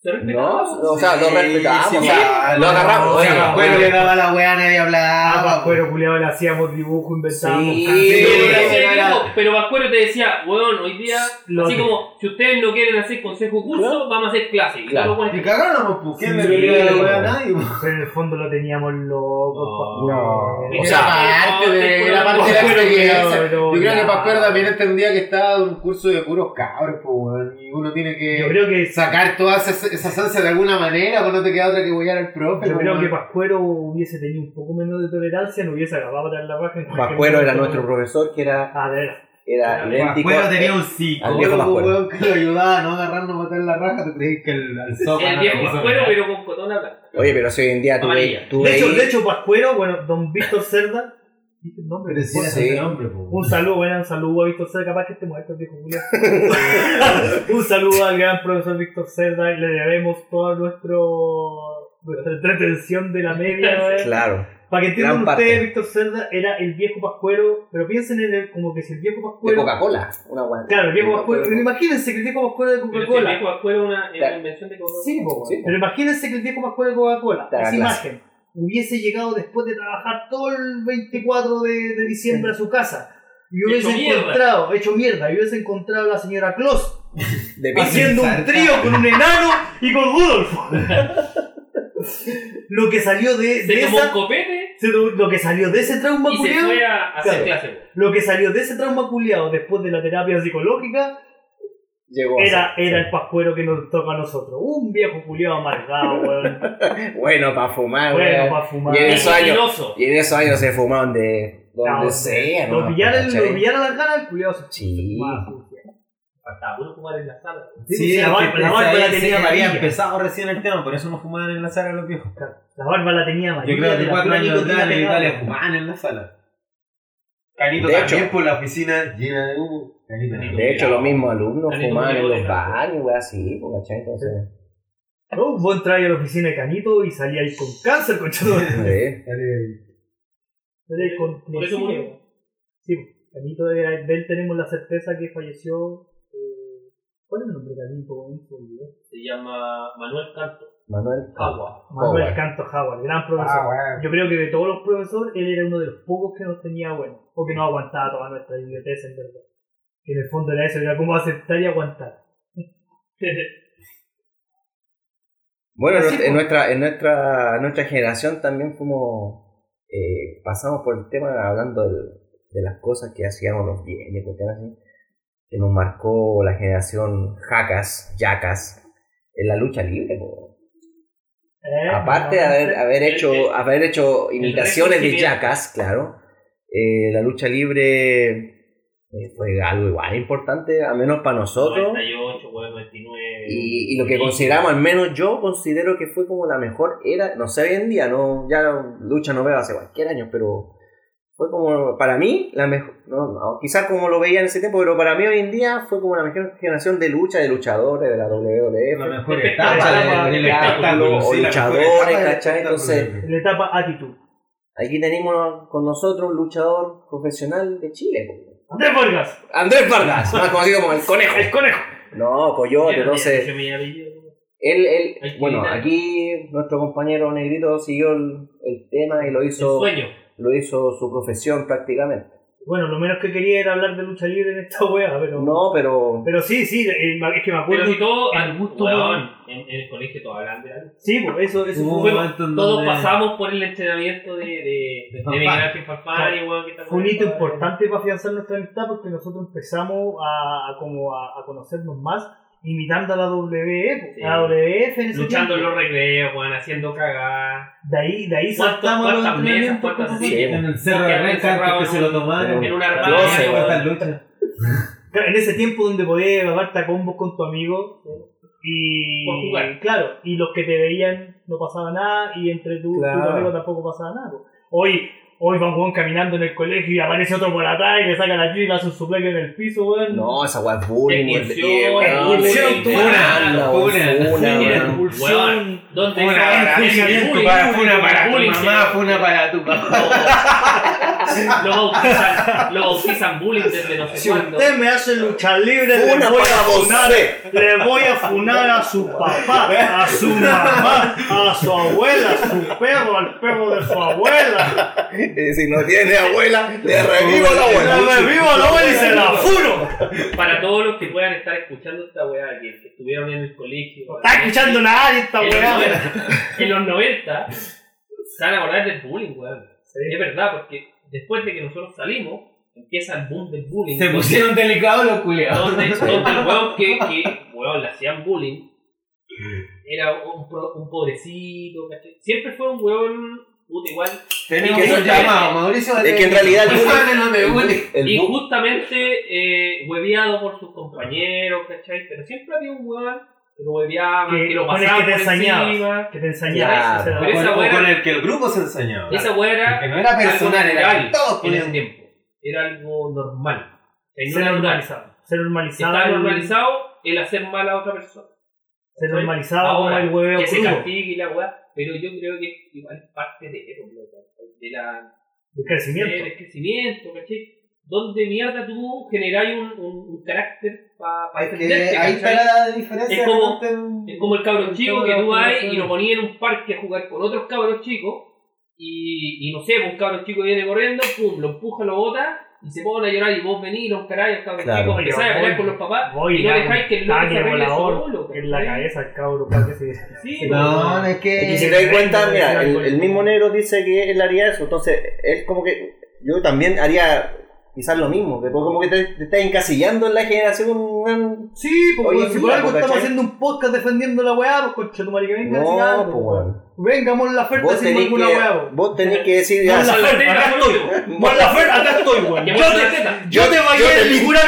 S2: Se respetaba, po,
S3: No, o sea, lo
S4: Sí,
S3: respetábamos,
S4: sí,
S3: o sea,
S4: claro.
S3: lo agarramos.
S4: O sea,
S3: oye,
S4: me acuerdo
S3: oye,
S4: que daba la weá, nadie hablaba.
S1: Ah, pero culiado le hacíamos dibujo, inventábamos
S3: Sí,
S2: Sí,
S1: canciones.
S2: pero,
S4: sí,
S2: decía,
S4: era-
S2: "Viejo", pero Vascuero te decía, weón, hoy día,
S1: Lo
S2: así
S1: que-
S2: como, si ustedes no quieren hacer consejo curso, vamos a hacer clase. Y
S3: Claro.
S2: luego pones-
S4: Y cagaron, pues, ¿quién
S1: Sí,
S4: le pedía la weá a
S3: weón.
S4: nadie? po?
S1: Pero en el fondo lo teníamos loco.
S3: No.
S1: pa-
S3: O sea,
S4: parte de la parte de la
S1: Pero,
S4: experiencia.
S1: pero,
S4: Yo creo que
S1: ya.
S4: Pascuero también entendía que estaba en un curso de puros cabros, po, weón. Y uno tiene
S1: Yo
S4: que
S1: creo que
S4: sacar toda esa, esa ansia de alguna manera, pues no te queda otra que huear al profe.
S1: yo
S4: po,
S1: creo
S4: weón.
S1: que Pascuero hubiese tenido un poco menos de tolerancia, no hubiese acabado de dar la raja. en cualquier
S3: Pascuero era
S1: momento.
S3: nuestro profesor que era,
S1: A ver,
S3: era idéntico.
S5: Pascuero tenía un
S3: al
S5: psico.
S3: viejo
S4: Luego,
S3: Pascuero.
S4: weón, que lo ayudaba a no agarrarnos a matar la raja, te creí que el, al sopa.
S2: El viejo Vascuero, pero con cotona blanca.
S3: Oye, pero si hoy en día tú
S2: Amarilla.
S3: veis. tú
S1: de hecho,
S3: veis-
S1: de hecho Pascuero, bueno, don Víctor Cerda, dije el nombre,
S4: Pero si era
S3: Sí.
S4: ese hombre, po.
S1: Un saludo, bueno, un saludo a Víctor Cerda, capaz que esté muerto el viejo Julián. un saludo al gran profesor Víctor Cerda, le debemos toda nuestro, nuestra entretención de la media.
S3: [LAUGHS]
S1: ¿eh?
S3: Claro.
S1: Para que entiendan
S3: Gran parte.
S1: ustedes, Víctor Cerda era el viejo Pascuero, pero piensen en él como que si el viejo
S3: De
S1: Pascuero...
S3: Coca-Cola. Una guan-
S1: Claro, el viejo Pascuero, pero
S3: Sí,
S1: imagínense que el viejo Pascuero de
S2: Pero si el
S1: Coca-Cola...
S2: viejo Vascuero es una, es una
S3: Claro.
S2: invención de cotona.
S1: Sí, po,
S3: Sí.
S1: pero imagínense que el viejo Pascuero de Coca-Cola,
S3: Te haga
S1: esa
S3: clase.
S1: imagen, hubiese llegado después de trabajar todo el 24 de, de diciembre a su casa y hubiese
S2: Hecho mierda.
S1: encontrado, hecho mierda, y hubiese encontrado a la señora Claus
S3: de
S1: haciendo un
S4: Sarta.
S1: trío con un enano y con
S2: [LAUGHS]
S1: Rudolfo. lo que salió de, de
S2: Se tomó un
S1: esa,
S2: copete
S1: se tomó- lo que salió de ese trauma
S2: y se
S1: culiao,
S2: fue a a hacer
S1: Claro.
S2: clase. weón.
S1: lo que salió de ese trauma culiado después de la terapia psicológica
S3: Llegó a
S1: era,
S3: ser.
S1: era el pascuero que nos toca a nosotros. Un viejo culiado amargado,
S2: [LAUGHS]
S1: weón.
S3: Bueno, para
S2: Ah,
S3: fumar,
S1: Bueno,
S3: weón.
S1: para fumar.
S3: Y eso- años.
S2: Mentiroso.
S3: Y en esos años se fumaban de donde
S1: No,
S3: sea,
S1: Lo
S3: ¿no?
S1: pillaron,
S3: ¿Cachai?
S1: lo pillaron las ganas, el culiado se
S3: Sí.
S1: fumaba sucia.
S2: Faltaba puro fumar en la sala.
S1: Sí, sí, la barba la barba la tenía
S4: había
S1: amarilla.
S4: empezado recién el tema, por eso no fumaban en la sala los viejos.
S1: La barba la tenía
S4: Yo
S1: amarilla.
S4: creo que
S1: la
S4: cuatro
S1: pura
S4: años
S1: nicotina
S4: atrás en
S1: pegada.
S4: Italia fumaban en la sala. Canito
S3: De
S4: también
S3: hecho.
S4: por la oficina llena de humo. Canito
S2: Canito.
S4: también.
S3: De hecho, los mismos alumnos
S2: Dale,
S3: fumaban
S2: tú,
S3: en los
S2: dale.
S3: baños, weón, así, po, ¿cachai? pues, Entonces.
S1: No, vos entráis a la oficina de Canito y salíais con cáncer, conchado.
S3: [LAUGHS] Sí.
S4: Dale.
S1: Salíais con
S2: Por eso murió.
S1: Sí, pues, Canito era, de él tenemos la certeza que falleció. eh, ¿Cuál es el nombre de Canito? weón? Se me olvidó.
S2: Se llama Manuel Canto.
S1: Ah,
S3: Manuel
S2: Agua.
S1: Manuel
S3: Howard.
S1: Canto Howard, gran profesor.
S4: Ah, weón.
S1: Yo creo que de todos los profesores, él era uno de los pocos que nos tenía bueno, o que no aguantaba toda nuestra idiotez, en verdad. Que en el fondo era eso, era cómo aceptar y aguantar.
S3: Bueno,
S1: Así pues. fue.
S3: en nuestra, en nuestra, en nuestra generación también fuimos, eh, pasamos por el tema hablando del- de, las cosas que hacíamos los bienes, cuestiones así, que nos marcó la generación jacas, yacas, en la lucha libre. pues. po.
S1: Eh,
S3: Aparte de haber, haber hecho, haber hecho imitaciones de
S2: régimen.
S3: yacas, claro, eh, la lucha libre eh, fue algo igual importante, al menos para nosotros.
S2: 98, weón, 99.
S3: Y, y lo que consideramos, al menos yo considero que fue como la mejor era, no sé hoy en día, no, ya lucha no veo hace cualquier año, pero fue como, para mí, la mejor, no, no, quizás como lo veía en ese tiempo, pero para mí hoy en día fue como la mejor generación de lucha, de luchadores, de la
S4: La
S3: WWF,
S4: mejor etapa
S1: Espectáculo,
S4: del
S3: espectáculo, o
S4: sí, la mejor
S3: luchadores,
S4: etapa del
S3: ¿cachai?
S4: espectáculo.
S3: Entonces-
S1: En la etapa actitud.
S3: aquí tenemos con nosotros un luchador profesional de Chile, po.
S1: Andrés Vargas,
S3: Andrés Vargas, más conocido como el [LAUGHS] conejo.
S1: el conejo.
S3: No, Coyote, entonces...
S2: Yo me apellido.
S3: Él, él-
S2: Hay que
S3: bueno,
S2: evitar.
S3: aquí nuestro compañero Negrito siguió el, el tema y lo
S2: El
S3: hizo,
S2: sueño.
S3: lo hizo su profesión prácticamente.
S1: Bueno, lo menos que quería era hablar de lucha libre en esta wea, pero.
S3: No, pero
S1: Pero sí, sí, eh, es que me acuerdo.
S2: Pero si todo,
S1: el gusto
S2: weón, en, en el colegio todos hablan de la lucha.
S1: Sí, pues, eso, eso
S2: Uh,
S4: Hubo un
S1: fue,
S4: momento en
S2: Todos
S4: donde-
S2: pasamos por el entrenamiento de, de, de,
S4: Fanfani.
S2: Miguel Ángel Fanfani, weón, que estamos
S1: fue un hito
S2: hablando de-
S1: importante para afianzar nuestra amistad porque nosotros empezamos a, a como a, a conocernos más imitando a la WWE, pues,
S2: Sí.
S1: a la WF en ese
S2: Luchando en
S1: tiempo.
S2: los recreos, weón, haciendo cagadas.
S1: De ahí, de ahí
S2: ¿Cuántas-
S1: saltamos pues, a los
S2: cuántas mesas,
S1: entrenamientos.
S2: cuántas
S1: como-
S3: sí,
S2: sillas?
S4: En el cerro de
S2: Porque
S4: Renca,
S2: encerrado
S4: que
S2: en
S4: se
S2: un-
S4: lo tomaron.
S2: en un
S4: Claro,
S2: armario,
S4: sí,
S2: weón.
S4: estas luchas.
S1: Claro, en ese tiempo donde podías agarrarte a combos con tu amigo y
S2: Por jugar.
S1: claro y los que te veían no pasaba nada y entre tú,
S3: Claro.
S1: tú y tu amigo tampoco pasaba nada po. hoy hoy va un weón caminando en el colegio y aparece otro por atrás y le saca la chica y le hace un suplente en el piso weón
S3: no, esa weá es bullying.
S2: Expulsión,
S3: eh, weón,
S2: expulsión,
S3: weón,
S2: tuna,
S3: anda, weón,
S4: tuna,
S3: tuna,
S4: tuna.
S3: weón.
S1: Expulsión.
S2: ¿Dónde
S5: Una
S2: está
S5: para
S2: el
S5: ti,
S2: bullying?
S5: para- una para tu
S2: Bullying,
S5: mamá,
S2: sí.
S5: una para tu
S4: [LAUGHS]
S5: papá.
S2: Lo
S5: [LAUGHS]
S2: bautizan, lo bautizan bullying desde no sé cuándo.
S1: me hace luchar libre
S3: Tuna para vos.
S1: le voy a funar a su papá, a su mamá, a su abuela, a su perro, al perro de su abuela.
S3: Eh, [LAUGHS] Si no tiene abuela, le revivo la abuela.
S1: revivo a la abuela y se la funo.
S2: Para todos los que puedan estar escuchando esta weá, que, que estuvieron en el colegio.
S1: No está escuchando nadie esta
S2: en los
S1: weá.
S2: 90, En los 90, se van a acordar del bullying, weón. Es verdad, porque después de que nosotros salimos, empieza el boom del bullying.
S5: Se pusieron delicados los culiados.
S2: donde, donde el weón que, que weón, le hacían bullying era un, pro- un pobrecito, ¿cachai? Siempre fue un weón puta igual.
S5: Tenemos
S3: Es que
S5: un llamado, Mauricio.
S3: Es que en realidad el bullying-
S5: el bullying.
S3: El bu-
S2: injustamente eh, hueveado por sus compañeros, ¿cachai? Pero siempre había un weón que lo hueveaba,
S1: Que-
S2: que, lo
S1: con el
S2: pasaba
S1: que te
S2: por
S1: ensañaba.
S2: encima.
S1: Que te ensañaba.
S3: Claro.
S1: esa era la-
S2: Pero
S4: O
S2: esa
S4: con- o
S2: weá-
S4: con el que el grupo se enseñaba.
S2: Esa weá era
S5: Que no era personal,
S2: algo
S5: era que
S2: natural
S5: todos
S2: en ese
S5: ponían.
S2: tiempo. Era algo normal. ¿cachai? No
S1: Ser
S2: era natural.
S1: normalizado. Ser normalizado.
S2: Estaba
S1: el-
S2: normalizado el hacer mal a otra persona.
S1: Ser normalizado como
S2: Ahora,
S1: el hueveo
S2: que se
S1: crudo.
S2: castigue y la weá, pero yo creo que igual es parte de eso, loco, de la,
S1: El
S2: del
S1: crecimiento.
S2: crecimiento, ¿cachai? Donde mierda tú generáis un, un, un carácter para
S5: Es que
S2: defenderte,
S5: ahí
S2: ¿cachai?
S5: está la diferencia.
S2: Es como-
S5: entre un-
S2: Es como el cabrón
S5: el
S2: chico que
S5: cabrón
S2: tú
S5: que
S2: vas
S5: no
S2: y
S5: sabe.
S2: lo ponías en un parque a jugar con otros cabros chicos y, y no sé, un cabro chico viene corriendo, pum, lo empuja, lo bota y se pone a llorar y vos venís, los caray, el cabrón
S3: Claro.
S2: chico empezáis a pelear con los papás
S1: Voy
S2: y no
S1: a
S2: dejáis que el loco se arregle solo, pues,
S1: en la
S2: ¿cachai?
S1: cabeza al cabro para que se.
S2: Sí, pues,
S5: No, no, es
S3: Es que si
S5: que.
S3: te das cuenta, mira, el, el mismo negro dice que él haría eso, entonces él como que yo también haría quizás lo mismo, pero como que te, te estás encasillando en la generación. pues, weón.
S1: Sí, porque
S3: Hoy en
S1: si por
S3: día,
S1: algo
S3: ¿cachai?
S1: estamos haciendo un podcast defendiendo la weá, pues concha tu madre que venga a decir
S3: No,
S1: algo,
S3: pues weón.
S1: Venga, mon la oferta
S3: Vos
S1: sin
S3: tenés,
S1: ninguna weá, pues.
S3: que,
S1: po.
S3: vos tenés que decir.
S1: Mon
S3: ya,
S1: la
S3: [LAUGHS]
S2: Son las
S1: oferta,
S2: tetas,
S1: acá
S2: son
S1: estoy.
S2: las
S1: Mon la oferta, acá estoy, weón.
S2: Que
S1: Yo
S2: vos son las
S1: te-
S2: tetas.
S1: Yo te
S3: yo
S1: bañé
S3: te
S1: en
S3: limpio.
S1: figurar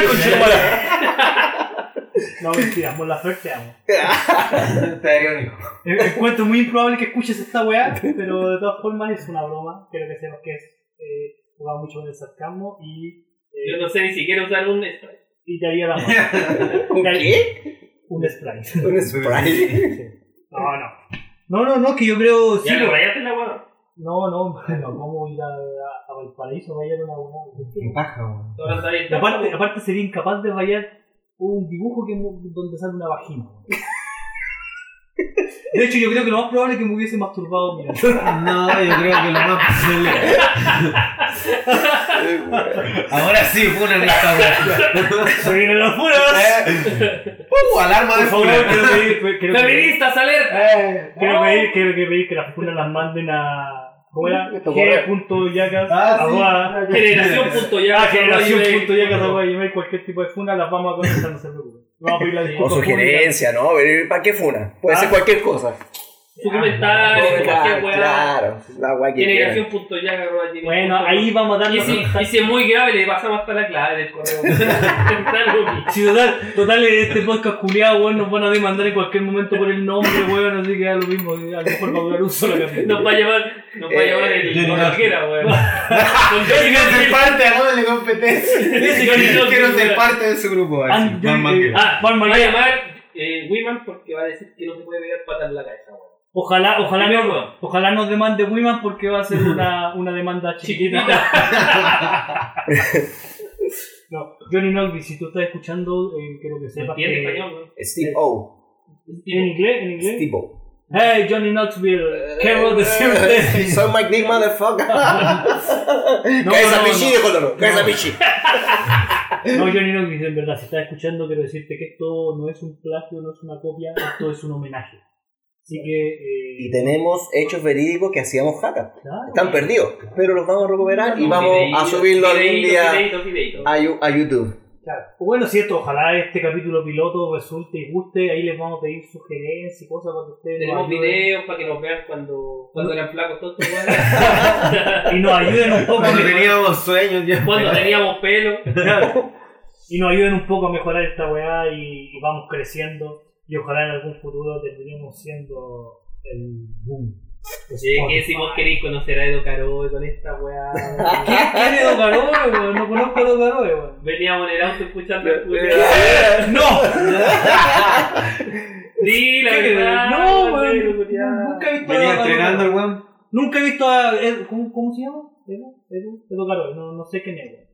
S1: con No, mentira, Mon la oferta, amo.
S5: Te daría un hijo.
S1: Eh, Encuentro muy improbable que escuches esta weá, pero de todas formas es una broma. Creo que sepas que es eh, jugaba mucho con el sarcasmo y,
S2: Yo
S1: eh,
S2: no sé ni siquiera usar un spray.
S1: y
S2: [LAUGHS]
S1: te haría la mano.
S3: ¿Un qué?
S1: Un sprite. [LAUGHS]
S3: [LAUGHS] Un sprite.
S1: No, no, No, no, no, es que yo creo. Sí,
S2: Ya le
S1: lo-
S2: rayaste la weón.
S1: no, no, [LAUGHS] no, ¿cómo ir a, a, a Valparaíso a bailar una
S4: Qué
S1: weá?
S4: paja, weón.
S2: Ahora está bien.
S1: Y Aparte, aparte sería incapaz de bailar un dibujo que mu- donde sale una
S2: [LAUGHS]
S1: vagina. De hecho, yo creo que lo más probable es que me hubiese masturbado mirando.
S4: No, yo creo que lo más posible. Ahora sí, fue en esta weá.
S1: ¡Se vienen los puros!
S4: Eh, ¡Uh! Alarma de
S1: Por favor,
S4: funa.
S1: quiero pedir, quiero
S4: [LAUGHS]
S1: pedir-
S2: ¡Feministas, alerta!
S1: Eh, quiero
S2: Oh.
S1: pedir, quiero, quiero pedir que las funas las manden a. ¿Cómo era?
S3: Esto corre.
S1: G.yacas,
S4: Ah, sí.
S1: arroba,
S2: Generación.ya.
S1: Ah, generación.yacas, arroba, email, cualquier tipo de funa, las vamos a contestar, no se preocupen. Vamos a pedir la
S3: O
S1: disculpa.
S3: sugerencia, ¿no? Pero, ¿Para qué funa? Puede ser cualquier cosa.
S2: Tu
S3: Ah,
S2: comentario, cualquier weá.
S3: claro, la weá que quieran.
S2: Generación.ya. arroba gmail punto com.
S1: Bueno, ahí vamos a
S2: Y
S1: darnos.
S2: si, y si es muy grave, le pasamos hasta la clave del correo. [LAUGHS] Está loco.
S1: [LAUGHS] Si total, total, este podcast culiado, weón, nos van a demandar en cualquier momento por el nombre, weón, así que da lo mismo, a lo mejor va a durar un solo capítulo. [LAUGHS]
S2: Nos va a llevar, nos va a
S3: Eh,
S2: llevar el
S4: Johnny
S2: correjera, weón.
S4: Quiero ser parte, hagámosle competencia. Quiero ser parte de su grupo. así.
S1: And-
S4: Van Manguera.
S2: Ah,
S1: Juan
S2: va a
S1: María,
S2: llamar eh, Wiman porque va a decir que no se puede pegar patas en la cabeza, weón.
S1: ojalá, ojalá,
S2: Primero,
S1: no-
S2: weón.
S1: ojalá nos demande Wiman porque va a ser
S2: [LAUGHS]
S1: una, una demanda chiquitita.
S2: Chiquitita.
S1: [LAUGHS]
S2: [LAUGHS]
S1: No, Johnny Nogby, si tú estás escuchando, eh, quiero que sepas
S2: Entiende
S1: que...
S2: español, weón.
S3: Steve O.
S1: ¿En inglés? ¿En inglés?
S3: Steve O.
S1: Hey, Johnny Knoxville, Carol the [LAUGHS]
S3: [LAUGHS]
S1: Serpent.
S3: Soy Mike Nick, motherfucker.
S1: No,
S3: Cabeza
S1: no,
S3: pichí,
S1: no.
S3: déjalo. Cabeza pichí.
S1: No, Johnny Knoxville, en verdad, si estás escuchando, quiero decirte que esto no es un plagio, no es una copia, esto es un homenaje. Así que...
S3: Y
S1: Eh,
S3: tenemos hechos verídicos que hacíamos jaca.
S1: claro. eh,
S3: Están perdidos, pero los vamos a recuperar y
S2: Un
S3: vamos a
S2: videíto,
S3: subirlo algún
S2: videíto,
S3: día Ah,
S2: videíto, videíto.
S3: a, Yu- a YouTube.
S1: Claro. Pues Bueno, es cierto, ojalá este capítulo piloto resulte y guste, ahí les vamos a pedir sugerencias y cosas para que ustedes nos
S2: Tenemos
S1: ayuden.
S2: videos para que nos vean cuando,
S1: Mm.
S2: cuando eran flacos todos estos
S3: [LAUGHS]
S1: y nos ayuden un poco
S4: Cuando
S1: a-
S4: teníamos sueños, ya.
S2: cuando teníamos pelo.
S1: Claro. Y nos ayuden un poco a mejorar esta weá y, y vamos creciendo. Y ojalá en algún futuro terminemos siendo el boom.
S2: Sí, Eh, que si vos queréis conocer a Edo Caroy con esta weá.
S3: [LAUGHS]
S1: ¿Qué tiene Don Garoe, weón? No conozco a Don Garoe, weón.
S2: Veníamos en el auto escuchando
S1: [LAUGHS]
S2: el
S1: ¡No!
S2: Sí, la
S1: ¿Qué?
S2: verdad.
S1: No, weón.
S2: negro, culiao.
S1: Nunca he visto
S4: Venía
S1: a Don
S4: entrenando el
S1: Garoe.
S4: weón.
S1: Nunca he visto a. Ed- ¿Cómo, cómo se llama? ¿Edo? ¿Edo? Edo Garoe. No, no sé quién es, weón.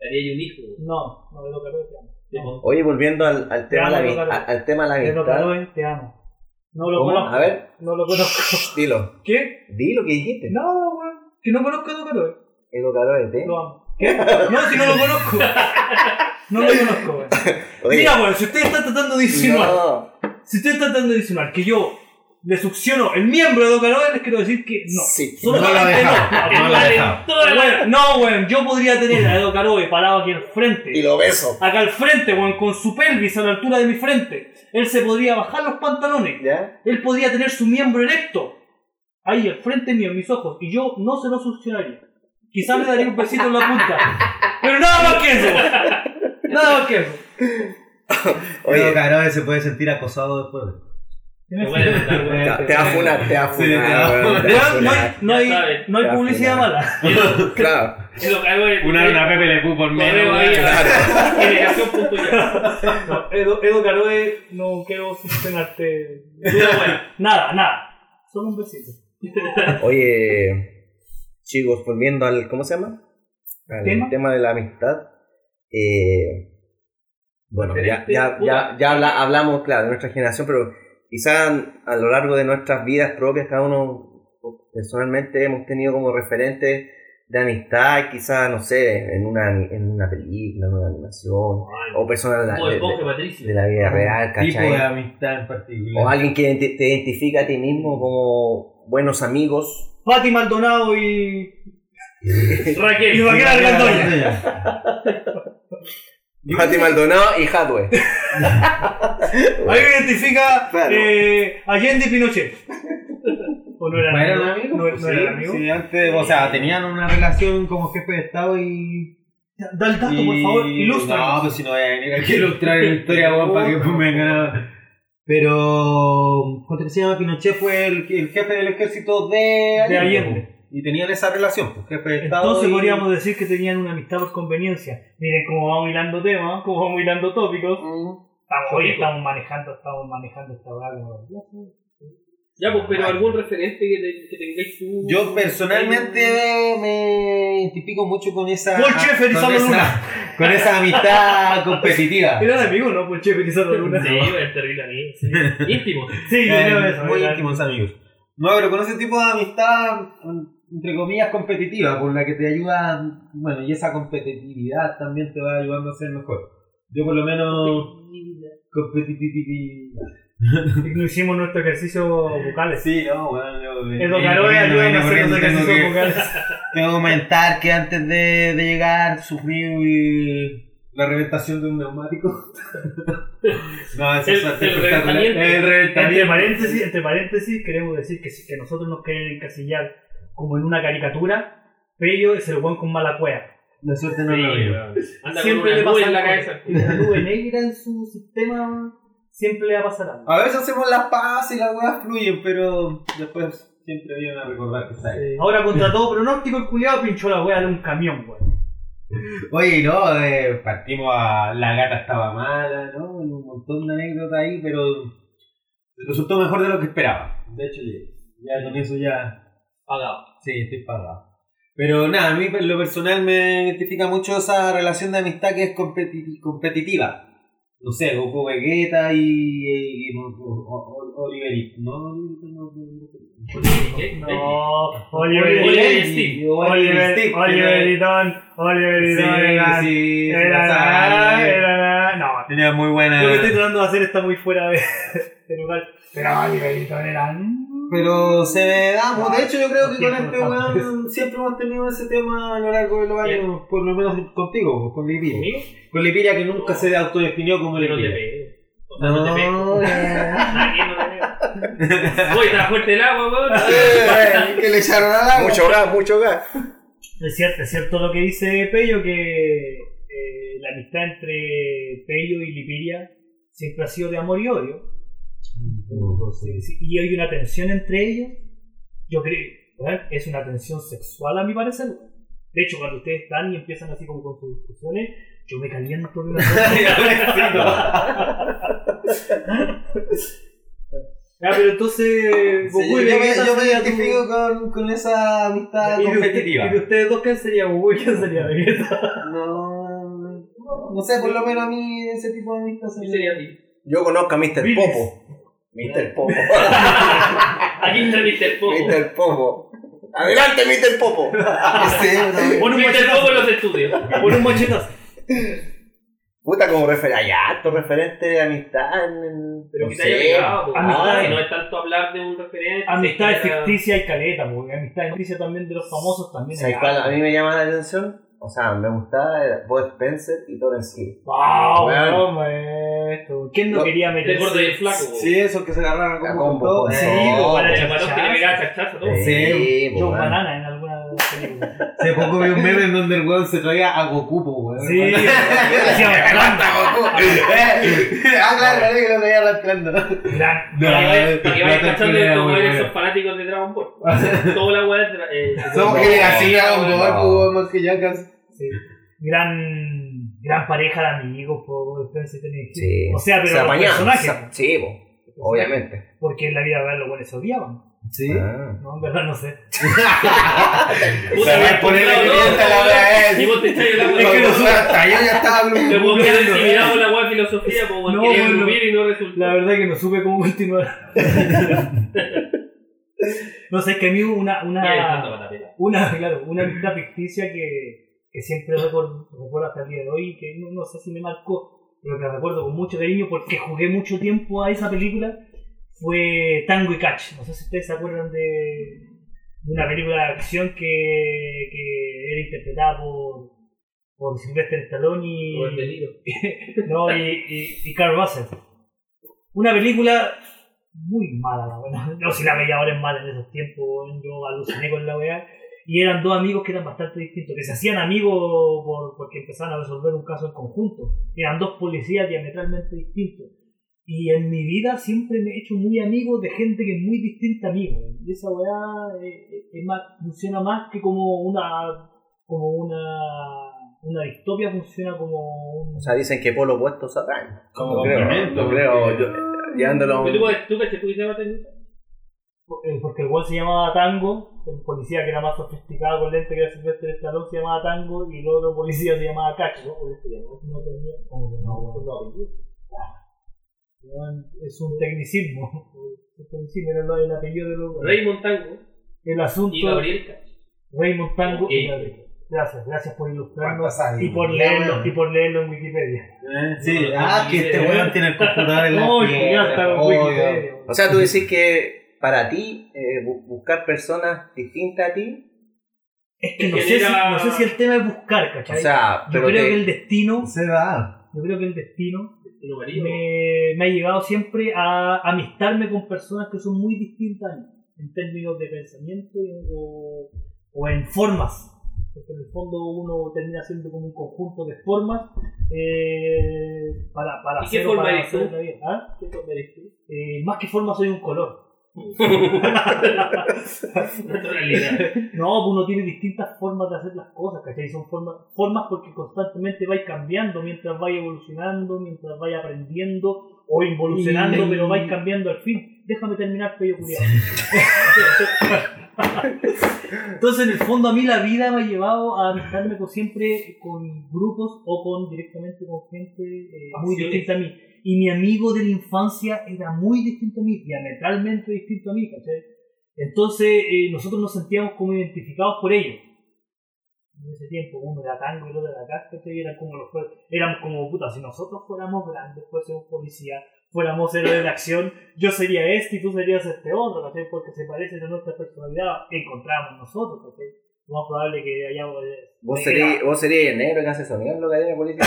S2: Daría un hijo.
S1: No, no, Edo Garoe te amo. Te amo.
S3: Oye, volviendo al, al tema de la,
S1: amo,
S3: vi-
S1: Lócaro.
S3: a- al tema de la
S1: Edo
S3: amistad.
S1: Garoe te amo. No lo
S3: ¿Cómo?
S1: conozco.
S3: A ver,
S1: No lo conozco.
S3: [LAUGHS] shh, dilo.
S1: ¿Qué?
S3: Di lo que dijiste.
S1: No, weón. Que no conozco a Edo Garoe.
S3: Edo Caroe, ¿eh?
S1: Lo amo. No, si no lo conozco. No lo conozco, weón.
S3: Oye,
S1: Mira, weón, si ustedes están tratando de insinuar,
S3: no.
S1: si ustedes están tratando de insinuar que yo le succiono el miembro de Docarón, les quiero decir que no.
S3: Sí.
S4: No lo
S1: Solamente
S4: dejaba. No lo dejaba.
S1: no. Weón, no, weón, yo podría tener a Edo Caroe parado aquí al
S3: Y
S1: frente.
S3: lo beso.
S1: Acá al frente, weón, con su pelvis a la altura de mi frente. Él se podría bajar los pantalones.
S3: ¿Ya?
S1: Él podría tener su miembro erecto. Ahí, al frente mío, en mis ojos. Y yo no se lo succionaría. Quizás le daría un besito en la punta. Pero nada más que eso. weón. Nada más que eso.
S4: Oye,
S3: Oye,
S4: cabrón, se puede sentir acosado después.
S2: Te voy a levantar, [LAUGHS] weón.
S3: te, te va a funar, te va a
S4: Sí, te va a
S3: funar. weón, te va a
S1: Weón, no hay,
S3: funar.
S1: no
S2: Ya
S1: hay-
S2: sabes,
S1: no hay
S3: ya
S1: publicidad
S3: funar.
S1: mala.
S3: Claro.
S2: Edo Caroy.
S5: Una una Pepe Le Pew por
S2: Correo
S5: menos.
S2: ahí
S5: weón.
S2: [LAUGHS] a generación.ya.
S1: No, Edo, Edo Caroe, no quiero funcionarte. Nada, nada. Solo un besito.
S3: Oye, chicos, volviendo al. ¿Cómo se llama? Al
S1: ¿Tema?
S3: tema, de la amistad. Eh, bueno, ya,
S2: Diferente,
S3: ya,
S2: puta.
S3: ya, ya habla- hablamos, claro, de nuestra generación, pero quizás a lo largo de nuestras vidas propias, cada uno personalmente hemos tenido como referentes de amistad, quizás, no sé, en una, en una película, en una animación, o personas de la,
S2: O el
S3: de-
S2: Jorge
S3: de- de
S2: Patricio.
S3: la vida real,
S4: tipo
S3: ¿cachai?
S4: de amistad en
S3: O
S4: particular.
S3: alguien que identi- te identifica a ti mismo como buenos amigos,
S1: Fati Maldonado y.
S2: Raquel.
S1: Y Raquel Argandoña.
S4: Argandoña.
S3: Mati Maldonado y Hadwe.
S1: Ahí me identifica
S3: Claro.
S1: eh, Allende y Pinochet. ¿O no eran
S4: ¿Eran
S1: amigos?
S4: amigos? pues,
S1: ¿No, Eh, no
S4: Sí,
S1: eran amigos?
S4: sí, antes, o sea, tenían una relación como jefe de Estado y.
S1: Da el dato, por
S4: y-
S1: favor, ilustra.
S4: No, pues si no voy a venir aquí a ilustrar la historia, weón, para que
S1: [LAUGHS]
S4: me ganara. Pero. ¿Cuánto que se llama Pinochet? Fue el, el jefe del ejército de
S1: De
S4: Allende.
S1: Allende.
S4: po. Y tenían esa relación, pues jefe de Estado.
S1: Entonces
S4: y-
S1: podríamos decir que tenían una amistad por conveniencia. Miren cómo vamos hilando temas, cómo vamos hilando tópicos. Estamos, hoy estamos manejando, estamos manejando esta hora como-
S2: Ya, pues, pero algún referente que, te- que tengáis tú.
S4: Yo personalmente me identifico mucho con esa.
S1: Paul Schaefer y
S4: con
S1: Salo
S4: esa-
S1: Luna.
S4: [LAUGHS] Con esa amistad competitiva.
S1: Era de amigo, ¿no? Pues Chepe y Salo
S2: Sí,
S1: Luna.
S2: es terrible a mí. Sí. Íntimo.
S1: Sí, yo creo eso.
S4: Eh, muy
S1: ¿verdad?
S4: íntimos amigos. No, pero con ese tipo de amistad, entre comillas, competitiva, por la que te ayuda, bueno, y esa competitividad también te va ayudando a ser mejor. Yo por lo menos competitividad.
S1: Y no hicimos nuestro ejercicio vocales.
S4: Sí, no, bueno, yo-
S1: Edo
S4: eh,
S1: Caroe, ayúdame
S4: corriendo,
S1: a
S4: venía
S1: hacer los
S4: corriendo, tengo
S1: ejercicios
S4: que-
S1: vocales.
S4: Tengo que comentar que antes de, de llegar sufrí eh, la reventación de un neumático. [LAUGHS] no, eso
S2: El-
S4: es
S2: el reventamiento.
S4: El
S1: Entre
S4: reventamiento.
S1: paréntesis, entre paréntesis, queremos decir que, si- que nosotros nos quieren encasillar como en una caricatura. Pello es el guan con mala cueva.
S4: La suerte no
S2: Sí,
S4: lo veo.
S2: weón. Anda
S1: Siempre
S2: con
S1: le
S2: una nube
S1: pasa
S2: en la
S1: algo.
S2: cabeza.
S1: Una nube negra en su sistema siempre le va a pasar algo.
S4: A veces hacemos las paz y las weas fluyen, pero después siempre vienen a recordar que está ahí.
S1: Eh, Ahora contra todo pronóstico el culiado pinchó la wea de un camión, weón.
S4: Oye, no, eh, partimos a la gata estaba mala, ¿no? Y un montón de anécdotas ahí, pero resultó mejor de lo que esperaba. De hecho, ya, ya con eso ya,
S2: Pagado.
S4: sí, estoy pagado. Pero nada, a mí en lo personal me identifica mucho esa relación de amistad que es competi- competitiva. No sé, Goku Vegeta y, y- y- o- o- o- Oliverit, ¿no? no, no, no.
S2: ¿Qué?
S1: No,
S2: Oliver
S1: Oliver.
S2: y
S4: este,
S2: Steve.
S1: Oliver,
S4: Steve,
S1: Oliver
S4: Oliver
S1: Itón, Oliver
S4: Sí,
S1: Itón, eran-
S4: sí, se
S1: eran-
S4: pasaba, eh.
S1: eran- No,
S4: Tenía muy buena.
S1: Lo que estoy tratando de hacer está muy fuera de, de lugar. Pero Liberitón era.
S4: Pero se me da. pues, de hecho, yo creo que con
S1: Sí,
S4: este
S1: no,
S4: weón siempre hemos tenido ese tema a lo largo de los
S2: Bien.
S4: años, por lo menos contigo, pues, con Lipilla.
S2: ¿Conmigo?
S4: Con Lipilla que nunca se autodefinió como
S2: No te
S4: Lipilla.
S2: pego. O sea, no te pego.
S4: ya.
S2: Nadie no te pega. [LAUGHS] Voy, está fuerte el agua, weón.
S4: [LAUGHS] que le echaron al agua.
S3: Mucho gas, mucho gas.
S1: Es cierto, es cierto lo que dice Pello, que eh, la amistad entre Pello y Lipiria siempre ha sido de amor y odio. Sí, sí, Y hay una tensión entre ellos. Yo creo, ¿verdad? es una tensión sexual a mi parecer. De hecho, cuando ustedes están y empiezan así como con sus discusiones, yo me caliento de una
S4: [LAUGHS]
S1: forma. [LAUGHS] Ah, pero entonces,
S4: Sí,
S1: Goku
S4: yo,
S1: y
S4: me,
S1: Vegeta
S4: yo me
S1: serían tu-
S4: identifico con, con esa amistad
S1: ¿Y de, usted-
S4: competitiva.
S1: y de ustedes dos, ¿quién sería Goku y quién sería Vegeta?
S4: No, no sé, por lo menos a mí ese tipo de amistad se
S2: ¿Qué
S4: me-
S2: sería a ti?
S3: Yo conozco a Mr.
S1: Billis.
S3: Popo. Mr. Popo. [LAUGHS]
S2: Aquí está Mr. Popo. Mr.
S3: Mr. Popo. Adelante, Mr. Popo.
S4: Sí, no.
S1: Pon un
S2: Popo en
S1: machetazo.
S2: los estudios.
S1: Pon un machetazo.
S3: Puta, como referente. Hay harto referente de amistad. en- en-
S2: Pero
S3: no
S2: que te haya
S3: sé.
S2: pegado, po.
S1: Amistad.
S2: Ah, que no es tanto hablar de un referente.
S1: Amistad
S2: sino era-
S1: ficticia y caleta, porque amistad ficticia también de los famosos también.
S3: ¿Sabes
S1: hay
S3: cuál a
S1: harto.
S3: mí me llama la atención? O sea, me gustaba era Bob Spencer y Torrance Hill.
S1: Wow,
S3: Bueno.
S1: no, maestro. ¿Quién no,
S3: No,
S1: quería
S2: El gordo y
S1: meterse?
S2: el flaco. po.
S4: Sí, esos que se agarraron
S3: La
S4: como
S3: combo, con
S1: Sí,
S3: todo.
S1: para
S2: El guatón que le pegaba chachazo,
S4: Ah,
S2: todo.
S3: Sí,
S1: Joe
S3: pues, bueno. [LAUGHS]
S1: Banana en alguna película.
S4: Se poco vi un meme en donde el weón se traía a Goku, po, weón.
S1: Sí, [LAUGHS] hacía
S2: [LAUGHS]
S1: gran,
S4: [LAUGHS] ah, claro, parece que lo traía arrastrando.
S1: gran.
S2: Para que vayas- para que vayas
S4: No, no,
S2: cachando
S4: no,
S2: estos
S4: no,
S2: weones
S4: no.
S2: son fanáticos de Dragon
S4: [LAUGHS]
S2: Ball.
S4: Ah.
S2: Toda la weá es. dra- eh,
S4: Somos
S3: No,
S4: generación Dragon
S3: no.
S4: Ball, po, weón, más que Jackass.
S1: sí, gran, gran pareja de amigos, por Spencer tenía.
S3: Sí.
S1: O sea, [LAUGHS]
S3: Se
S1: pero los
S3: apañaban,
S1: personajes.
S3: se- Sí, pues, obviamente.
S1: Porque en la vida real los buenos se odiaban.
S4: Sí.
S3: Ah.
S1: No, en verdad no sé.
S2: Puta,
S4: Se va a
S2: habías
S4: poner la
S2: comprado
S4: pimienta
S2: todo,
S4: la
S2: [LAUGHS]
S4: weá,
S2: weón,
S4: eh.
S2: Y vos te echás el agua.
S4: Es que no hasta yo ya estaba
S2: Te puedo
S4: bloqueando,
S2: quedar
S4: weón.
S2: intimidado con la weá de filosofía, po, weón.
S1: No,
S2: Quería
S1: bueno.
S2: subir y no resultó.
S1: La verdad que no supe cómo continuar. no sé, es que a mí hubo una,
S2: Ya, dejando
S1: una,
S2: para la pena.
S1: una, claro, una amistad ficticia que, que siempre recuerdo, recuerdo hasta el día de hoy y que no, no sé si me marcó, pero que la recuerdo con mucho cariño porque jugué mucho tiempo a esa película fue Tango y Catch. No sé si ustedes se acuerdan de, de una película de acción que, que era interpretada por, por Sylvester Stallone y...
S2: Por el delirio.
S1: No, y, y, y Carl Russell. Una película muy mala, la verdad. [LAUGHS] No, si la veía ahora es mala en esos tiempos, weón, yo aluciné con la weá. Y eran dos amigos que eran bastante distintos, que se hacían amigos por- porque empezaban a resolver un caso en conjunto. Eran dos policías diametralmente distintos. Y en mi vida siempre me he hecho muy amigo de gente que es muy distinta a mí. weón. Y esa weá eh, eh, es más- funciona más que como una como una, una distopia, funciona como un...
S3: O sea, dicen que por lo opuesto se atraen.
S4: Como
S3: No creo,
S4: complemento,
S3: no creo.
S4: porque-
S3: Yo, llevándolo a
S2: Pero
S3: un-
S2: ¿Tú, tú, caché, tú que se llama técnica?
S1: eh, porque el weón se llamaba Tango, el policía que era más sofisticado con lente que era Silvestre Stallone se llamaba Tango y el otro policía se llamaba Cacho. No tenía, como que no, weón. Weón, Es un tecnicismo. [LAUGHS] Es un tecnicismo, era lo del apellido de los weones.
S2: Raymond Tango
S1: El asunto.
S2: y Gabriel Cacho.
S1: Raymond Tango y
S2: Ok.
S1: Gabriel. Gracias, gracias por ilustrarnos
S4: ¿Cuántas hay?
S1: y por,
S4: Ya,
S1: leerlo,
S4: weón.
S1: y por leerlo en Wikipedia.
S4: Sí, ah, que este weón tiene el computador en la
S1: Uy,
S4: piel,
S1: ya está en
S4: obvio.
S1: Wikipedia.
S3: O sea, tú decís que para ti, eh, bu- buscar personas distintas a ti,
S1: Es que no sé,
S2: Genera-
S1: si, no sé si el tema es buscar,
S3: o
S1: ¿cachai?
S3: sea,
S1: yo
S3: pero
S1: creo
S3: te-
S1: que el destino,
S4: Se da.
S1: yo creo que el destino
S2: Destino Amarillo.
S1: me, me ha llevado siempre a amistarme con personas que son muy distintas a mí, en términos de pensamiento o, o en formas. Porque en el fondo uno termina siendo como un conjunto de formas eh, para, para
S2: ¿Y qué
S1: hacer o
S2: forma
S1: para
S2: eres tú?
S1: hacer la vida. ¿Ah?
S2: ¿Qué nombre eres tú?
S1: Eh, más que forma soy un color.
S4: [LAUGHS]
S2: Naturalidad.
S1: No, pues uno tiene distintas formas de hacer las cosas, ¿cachai? Son formas, formas porque constantemente vais cambiando mientras vais evolucionando, mientras vais aprendiendo o involucionando,
S4: Y-
S1: pero vais cambiando al fin. Déjame terminar, cuello culiado. [LAUGHS] Entonces, en el fondo, a mí la vida me ha llevado a amistarme con, siempre con grupos o con directamente con gente eh, muy
S2: Facciones.
S1: distinta a mí. Y mi amigo de la infancia era muy distinto a mí, diametralmente distinto a mí, ¿cachai? Entonces eh, nosotros nos sentíamos como identificados por ellos. En ese tiempo uno era tango y el otro era casca, ¿cachai? Eran como los jue- éramos como puta, si nosotros fuéramos grandes, fuésemos policía, fuéramos héroes de acción, yo sería este y tú serías este otro, ¿cachai? Porque se parecen a nuestra personalidad que encontramos nosotros, ¿cachai? Lo más probable que hayamos...
S3: vos
S1: que-
S3: serías vos serías el negro que hace sonido en la academia política.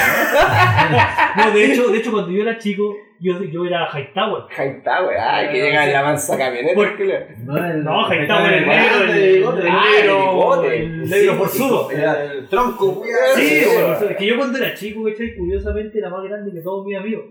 S1: No, de hecho, de hecho cuando yo era chico, yo, yo era Hightower.
S3: Hightower, ay, que llega la mansa camioneta.
S1: ¿Por
S3: qué?
S4: No, el,
S1: No,
S4: el-
S1: Hightower, el
S4: el-
S1: negro,
S4: el-
S1: el
S4: el-
S1: negro,
S3: bigote.
S1: el negro forzudo.
S4: el tronco, weón.
S1: Sí,
S3: Sí,
S1: bueno,
S3: bueno.
S1: es que yo cuando era chico, ¿cachai? curiosamente era más grande que todos mis amigos.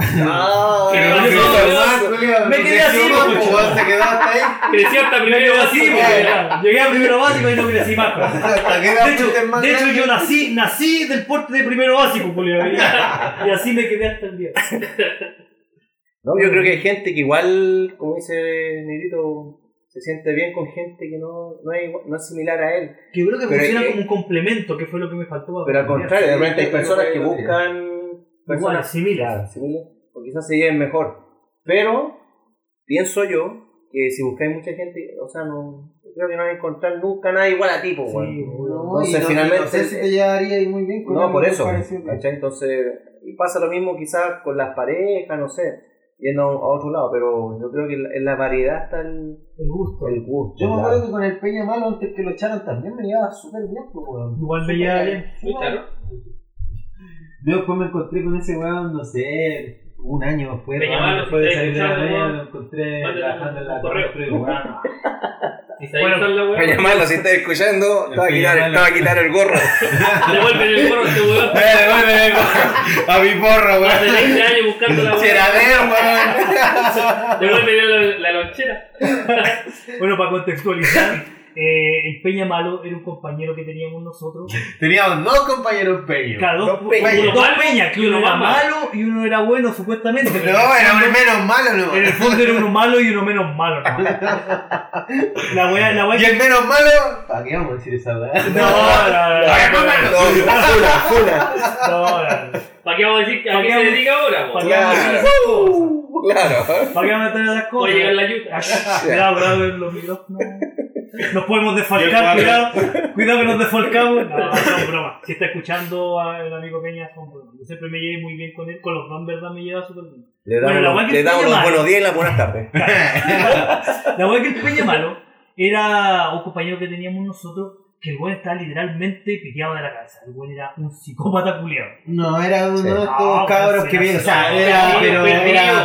S3: Ah,
S2: Que
S4: Pero
S2: no,
S4: no,
S2: no,
S4: no,
S3: no,
S4: culiao,
S1: me
S4: no
S1: quedé así,
S4: creció más,
S1: pues,
S4: po, weón, Se quedó hasta ahí.
S2: Creció hasta primero
S1: así,
S2: básico.
S1: pues, ya. Llegué a primero básico y no crecí más. pues.
S4: Hasta que
S1: De
S4: era
S1: hecho,
S4: puta, hermano.
S1: de hecho, yo nací, nací del porte de primero básico, Julio. Y, y así me quedé hasta el día.
S3: No, yo creo que hay gente que igual, como dice Nerito, se siente bien con gente que no, no, es, igual- no es similar a él.
S1: Que yo creo que
S3: Pero
S1: funciona
S3: es que-
S1: como un complemento, que fue lo que me faltó.
S3: Pero al contrario, de repente hay
S4: sí,
S3: personas que
S4: sí, sí.
S3: buscan
S1: Igual,
S3: personas
S1: similar.
S3: similares, similares, o quizás se lleven mejor. Pero pienso yo que si buscáis mucha gente, o sea, no creo que no vais a encontrar nunca nada igual a tipo,
S1: Sí,
S4: No,
S3: Entonces,
S4: y no-
S3: finalmente-
S4: no sé si te llevaría muy bien con
S3: No,
S4: alguien
S3: por eso.
S4: parecido.
S3: ¿cachai? Entonces, y pasa lo mismo quizás con las parejas, no sé, yendo a a otro lado, pero yo creo que en la- en la variedad está el,
S1: El gusto.
S3: el gusto.
S4: Yo me
S3: claro.
S4: acuerdo que con el Peña Malo, antes que lo echaran, también me llevaba súper bien, pues, weón.
S1: Igual me lleva bien.
S2: Claro.
S4: Yo después me encontré con ese weón, no sé, un año después,
S2: Peña
S4: weón,
S2: Malo,
S4: después
S2: si
S4: de
S2: te
S4: salir de la
S2: escuchando,
S4: media,
S2: weón,
S4: lo encontré
S2: mándale
S4: trabajando en
S2: un
S4: la
S2: correo.
S4: construcción,
S3: [LAUGHS]
S4: weón.
S2: Y se bueno, la
S3: Peña
S2: weá.
S3: Malo, si estás escuchando, te va a quitar, te va a quitar
S4: [LAUGHS]
S3: el gorro.
S2: Devuelven el gorro a este weón.
S5: Dale, dale, dale, A mi porro, weón.
S2: Hace 20 años buscando la
S5: Si era
S2: weá.
S5: ver, weón.
S2: Devuelven la, la lonchera.
S1: Bueno, para contextualizar, eh, el Peña Malo era un compañero que teníamos nosotros.
S5: Teníamos dos compañeros peños.
S1: Cada dos,
S3: Dos peñas.
S1: uno- dos peñas, que uno
S2: Uno
S1: era
S2: más
S1: malo y uno era bueno, supuestamente.
S5: No,
S1: pero en el
S5: era
S1: fondo-
S5: el menos malo, no.
S1: En el fondo era uno malo y uno menos malo. ¿no? La wea, la wea.
S5: Y el menos malo.
S4: ¿Para qué vamos a decir esa weá? [LAUGHS]
S1: No, no,
S5: Ay, más malo.
S3: Fula, fula.
S1: no, no.
S2: ¿Para qué vamos a decir que a
S1: ¿Para
S2: qué
S1: qué
S2: se
S1: vamos-
S2: dedica ahora? po?
S1: ¿Para qué vamos a hacer esas cosas?
S3: Claro.
S1: ¿Para qué vamos a tener esas
S2: Va a llegar
S1: cosas?
S2: la yuta.
S1: Cuidado, cuidado con los micrófonos. Nos podemos
S5: Yo puedo
S1: desfalcar, cuidado. Cuidado que nos desfalcamos. No, no, son bromas. Si está escuchando al amigo Peña, son bromas. Yo siempre me llevo muy bien con él. Con los dos, en verdad, me lleva súper bien.
S3: Le
S1: Bueno, la
S3: damos,
S1: guay que
S3: le damos
S1: Peña
S3: los
S1: Malo.
S3: buenos días y las buenas [LAUGHS] tardes.
S1: La wea que el Peña Malo era un compañero que teníamos nosotros que el weón estaba literalmente pillado de la cabeza. El weón era un psicópata culiado.
S4: No, era uno
S3: Sí.
S4: de estos
S1: No,
S4: cabros
S1: pues,
S4: que viene, o sea,
S2: no,
S4: era,
S2: perdido,
S4: pero era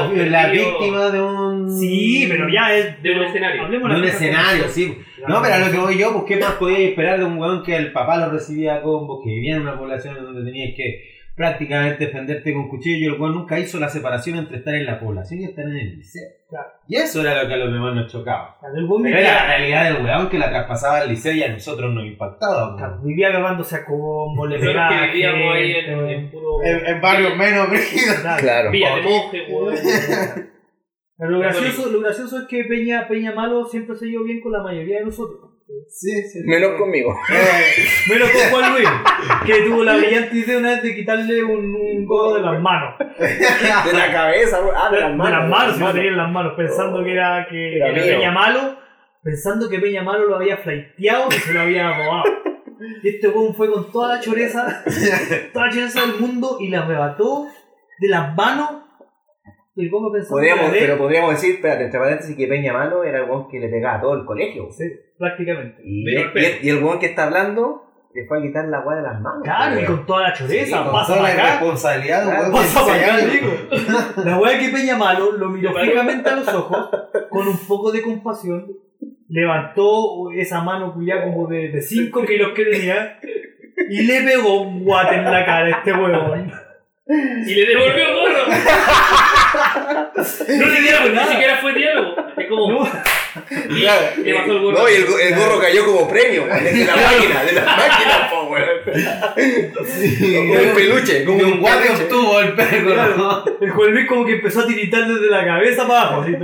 S2: perdido,
S4: la
S2: perdido.
S4: víctima de un...
S1: Sí, pero ya es
S2: De un escenario.
S1: hablemos
S4: De un
S1: las cosas como
S4: escenario,
S1: son.
S4: sí. No, pero a lo que voy yo, pues qué más podía esperar de un weón que el papá lo recibía a combos, que vivía en una población donde tenías que prácticamente defenderte con cuchillo y el weón nunca hizo la separación entre estar en la población y estar en el liceo.
S1: Claro.
S4: Y eso era lo que a los demás nos chocaba.
S1: Claro, El weón
S4: Pero era la
S1: vivía,
S4: realidad del weón que la traspasaba al liceo y a nosotros nos impactaba.
S1: claro,
S4: weón.
S1: vivía agarrándose a combo, le
S2: Nosotros
S1: pegaba.
S2: que vivíamos ahí
S1: gente,
S2: en,
S1: weón.
S2: en puro.
S5: En, en barrio menos brígido.
S1: Claro.
S3: Claro.
S2: Villa de monje, weón.
S1: Pero lo gracioso, lo gracioso es que Peña, Peña Malo siempre se llevó bien con la mayoría de nosotros.
S4: Sí, sí.
S3: Menos conmigo.
S1: Menos con Juan Luis, que tuvo la brillante idea una vez de quitarle un, un codo de las manos.
S3: De la cabeza, güey. Ah, de las manos.
S1: De las manos,
S3: de las
S1: si lo tenía en las manos, pensando que era que
S3: Era
S1: que
S3: mío.
S1: Peña Malo, pensando que Peña Malo lo había flaiteado y se lo había robado. Y este weón fue con toda la
S3: [LAUGHS]
S1: choreza, toda la choreza del mundo y la arrebató de las manos del Congo pensando que
S3: Podríamos,
S1: era
S3: pero
S1: de él,
S3: podríamos decir, espérate, entre paréntesis, que Peña Malo era el weón que le pegaba a todo el colegio.
S1: prácticamente.
S3: Y,
S2: Menos
S3: y-
S2: peso.
S3: y el weón que está hablando le fue a quitar la weá de las manos.
S1: Claro, y
S3: weón.
S1: con toda la choreza,
S4: con
S1: pasa
S4: toda
S1: para
S4: la
S1: acá.
S4: responsabilidad,
S3: Claro,
S4: weón,
S1: Pasa para acá,
S4: 16 años.
S1: digo. [LAUGHS] La wea que Peña Malo lo miró fijamente a los ojos, con un poco de compasión, levantó esa mano cuya como de 5 kilos que tenía y le pegó un guate en la cara a este huevón.
S2: Y le devolvió el gorro. No le dieron, ni
S1: nada.
S2: siquiera fue diálogo. Es como.
S1: No.
S3: Claro.
S2: Le bajó el gorro.
S3: No, y el, go- el gorro cayó como premio, weón, de la máquina, de la máquina, po, weón. Como el peluche, como
S4: Ni
S3: un
S4: un guate
S3: peluche.
S4: obtuvo el perro.
S1: Claro. El Juan Luis como que empezó a tiritar desde la cabeza para abajo. así, y, le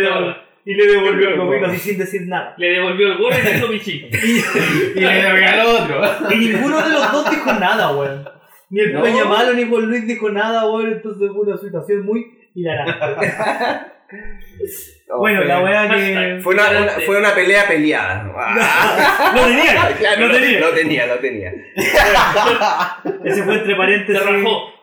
S1: devolvió, y le devolvió el copito así sin decir nada.
S2: Le devolvió el gorro y le hizo bichito.
S4: Y le regaló otro.
S1: Y ninguno de los dos dijo nada, weón. Ni el
S3: No.
S1: Peña Malo ni Juan Luis dijo nada, weón. Entonces fue una situación muy hilarante.
S3: [LAUGHS] No,
S1: Bueno,
S3: fue-
S1: la weá que.
S3: Fue una, una- fue una pelea peleada. Ah,
S1: Lo tenía,
S3: [LAUGHS] claro,
S1: lo tenía.
S3: Lo tenía, lo tenía.
S1: Ese fue entre
S2: Se
S1: paréntesis.
S2: rajó.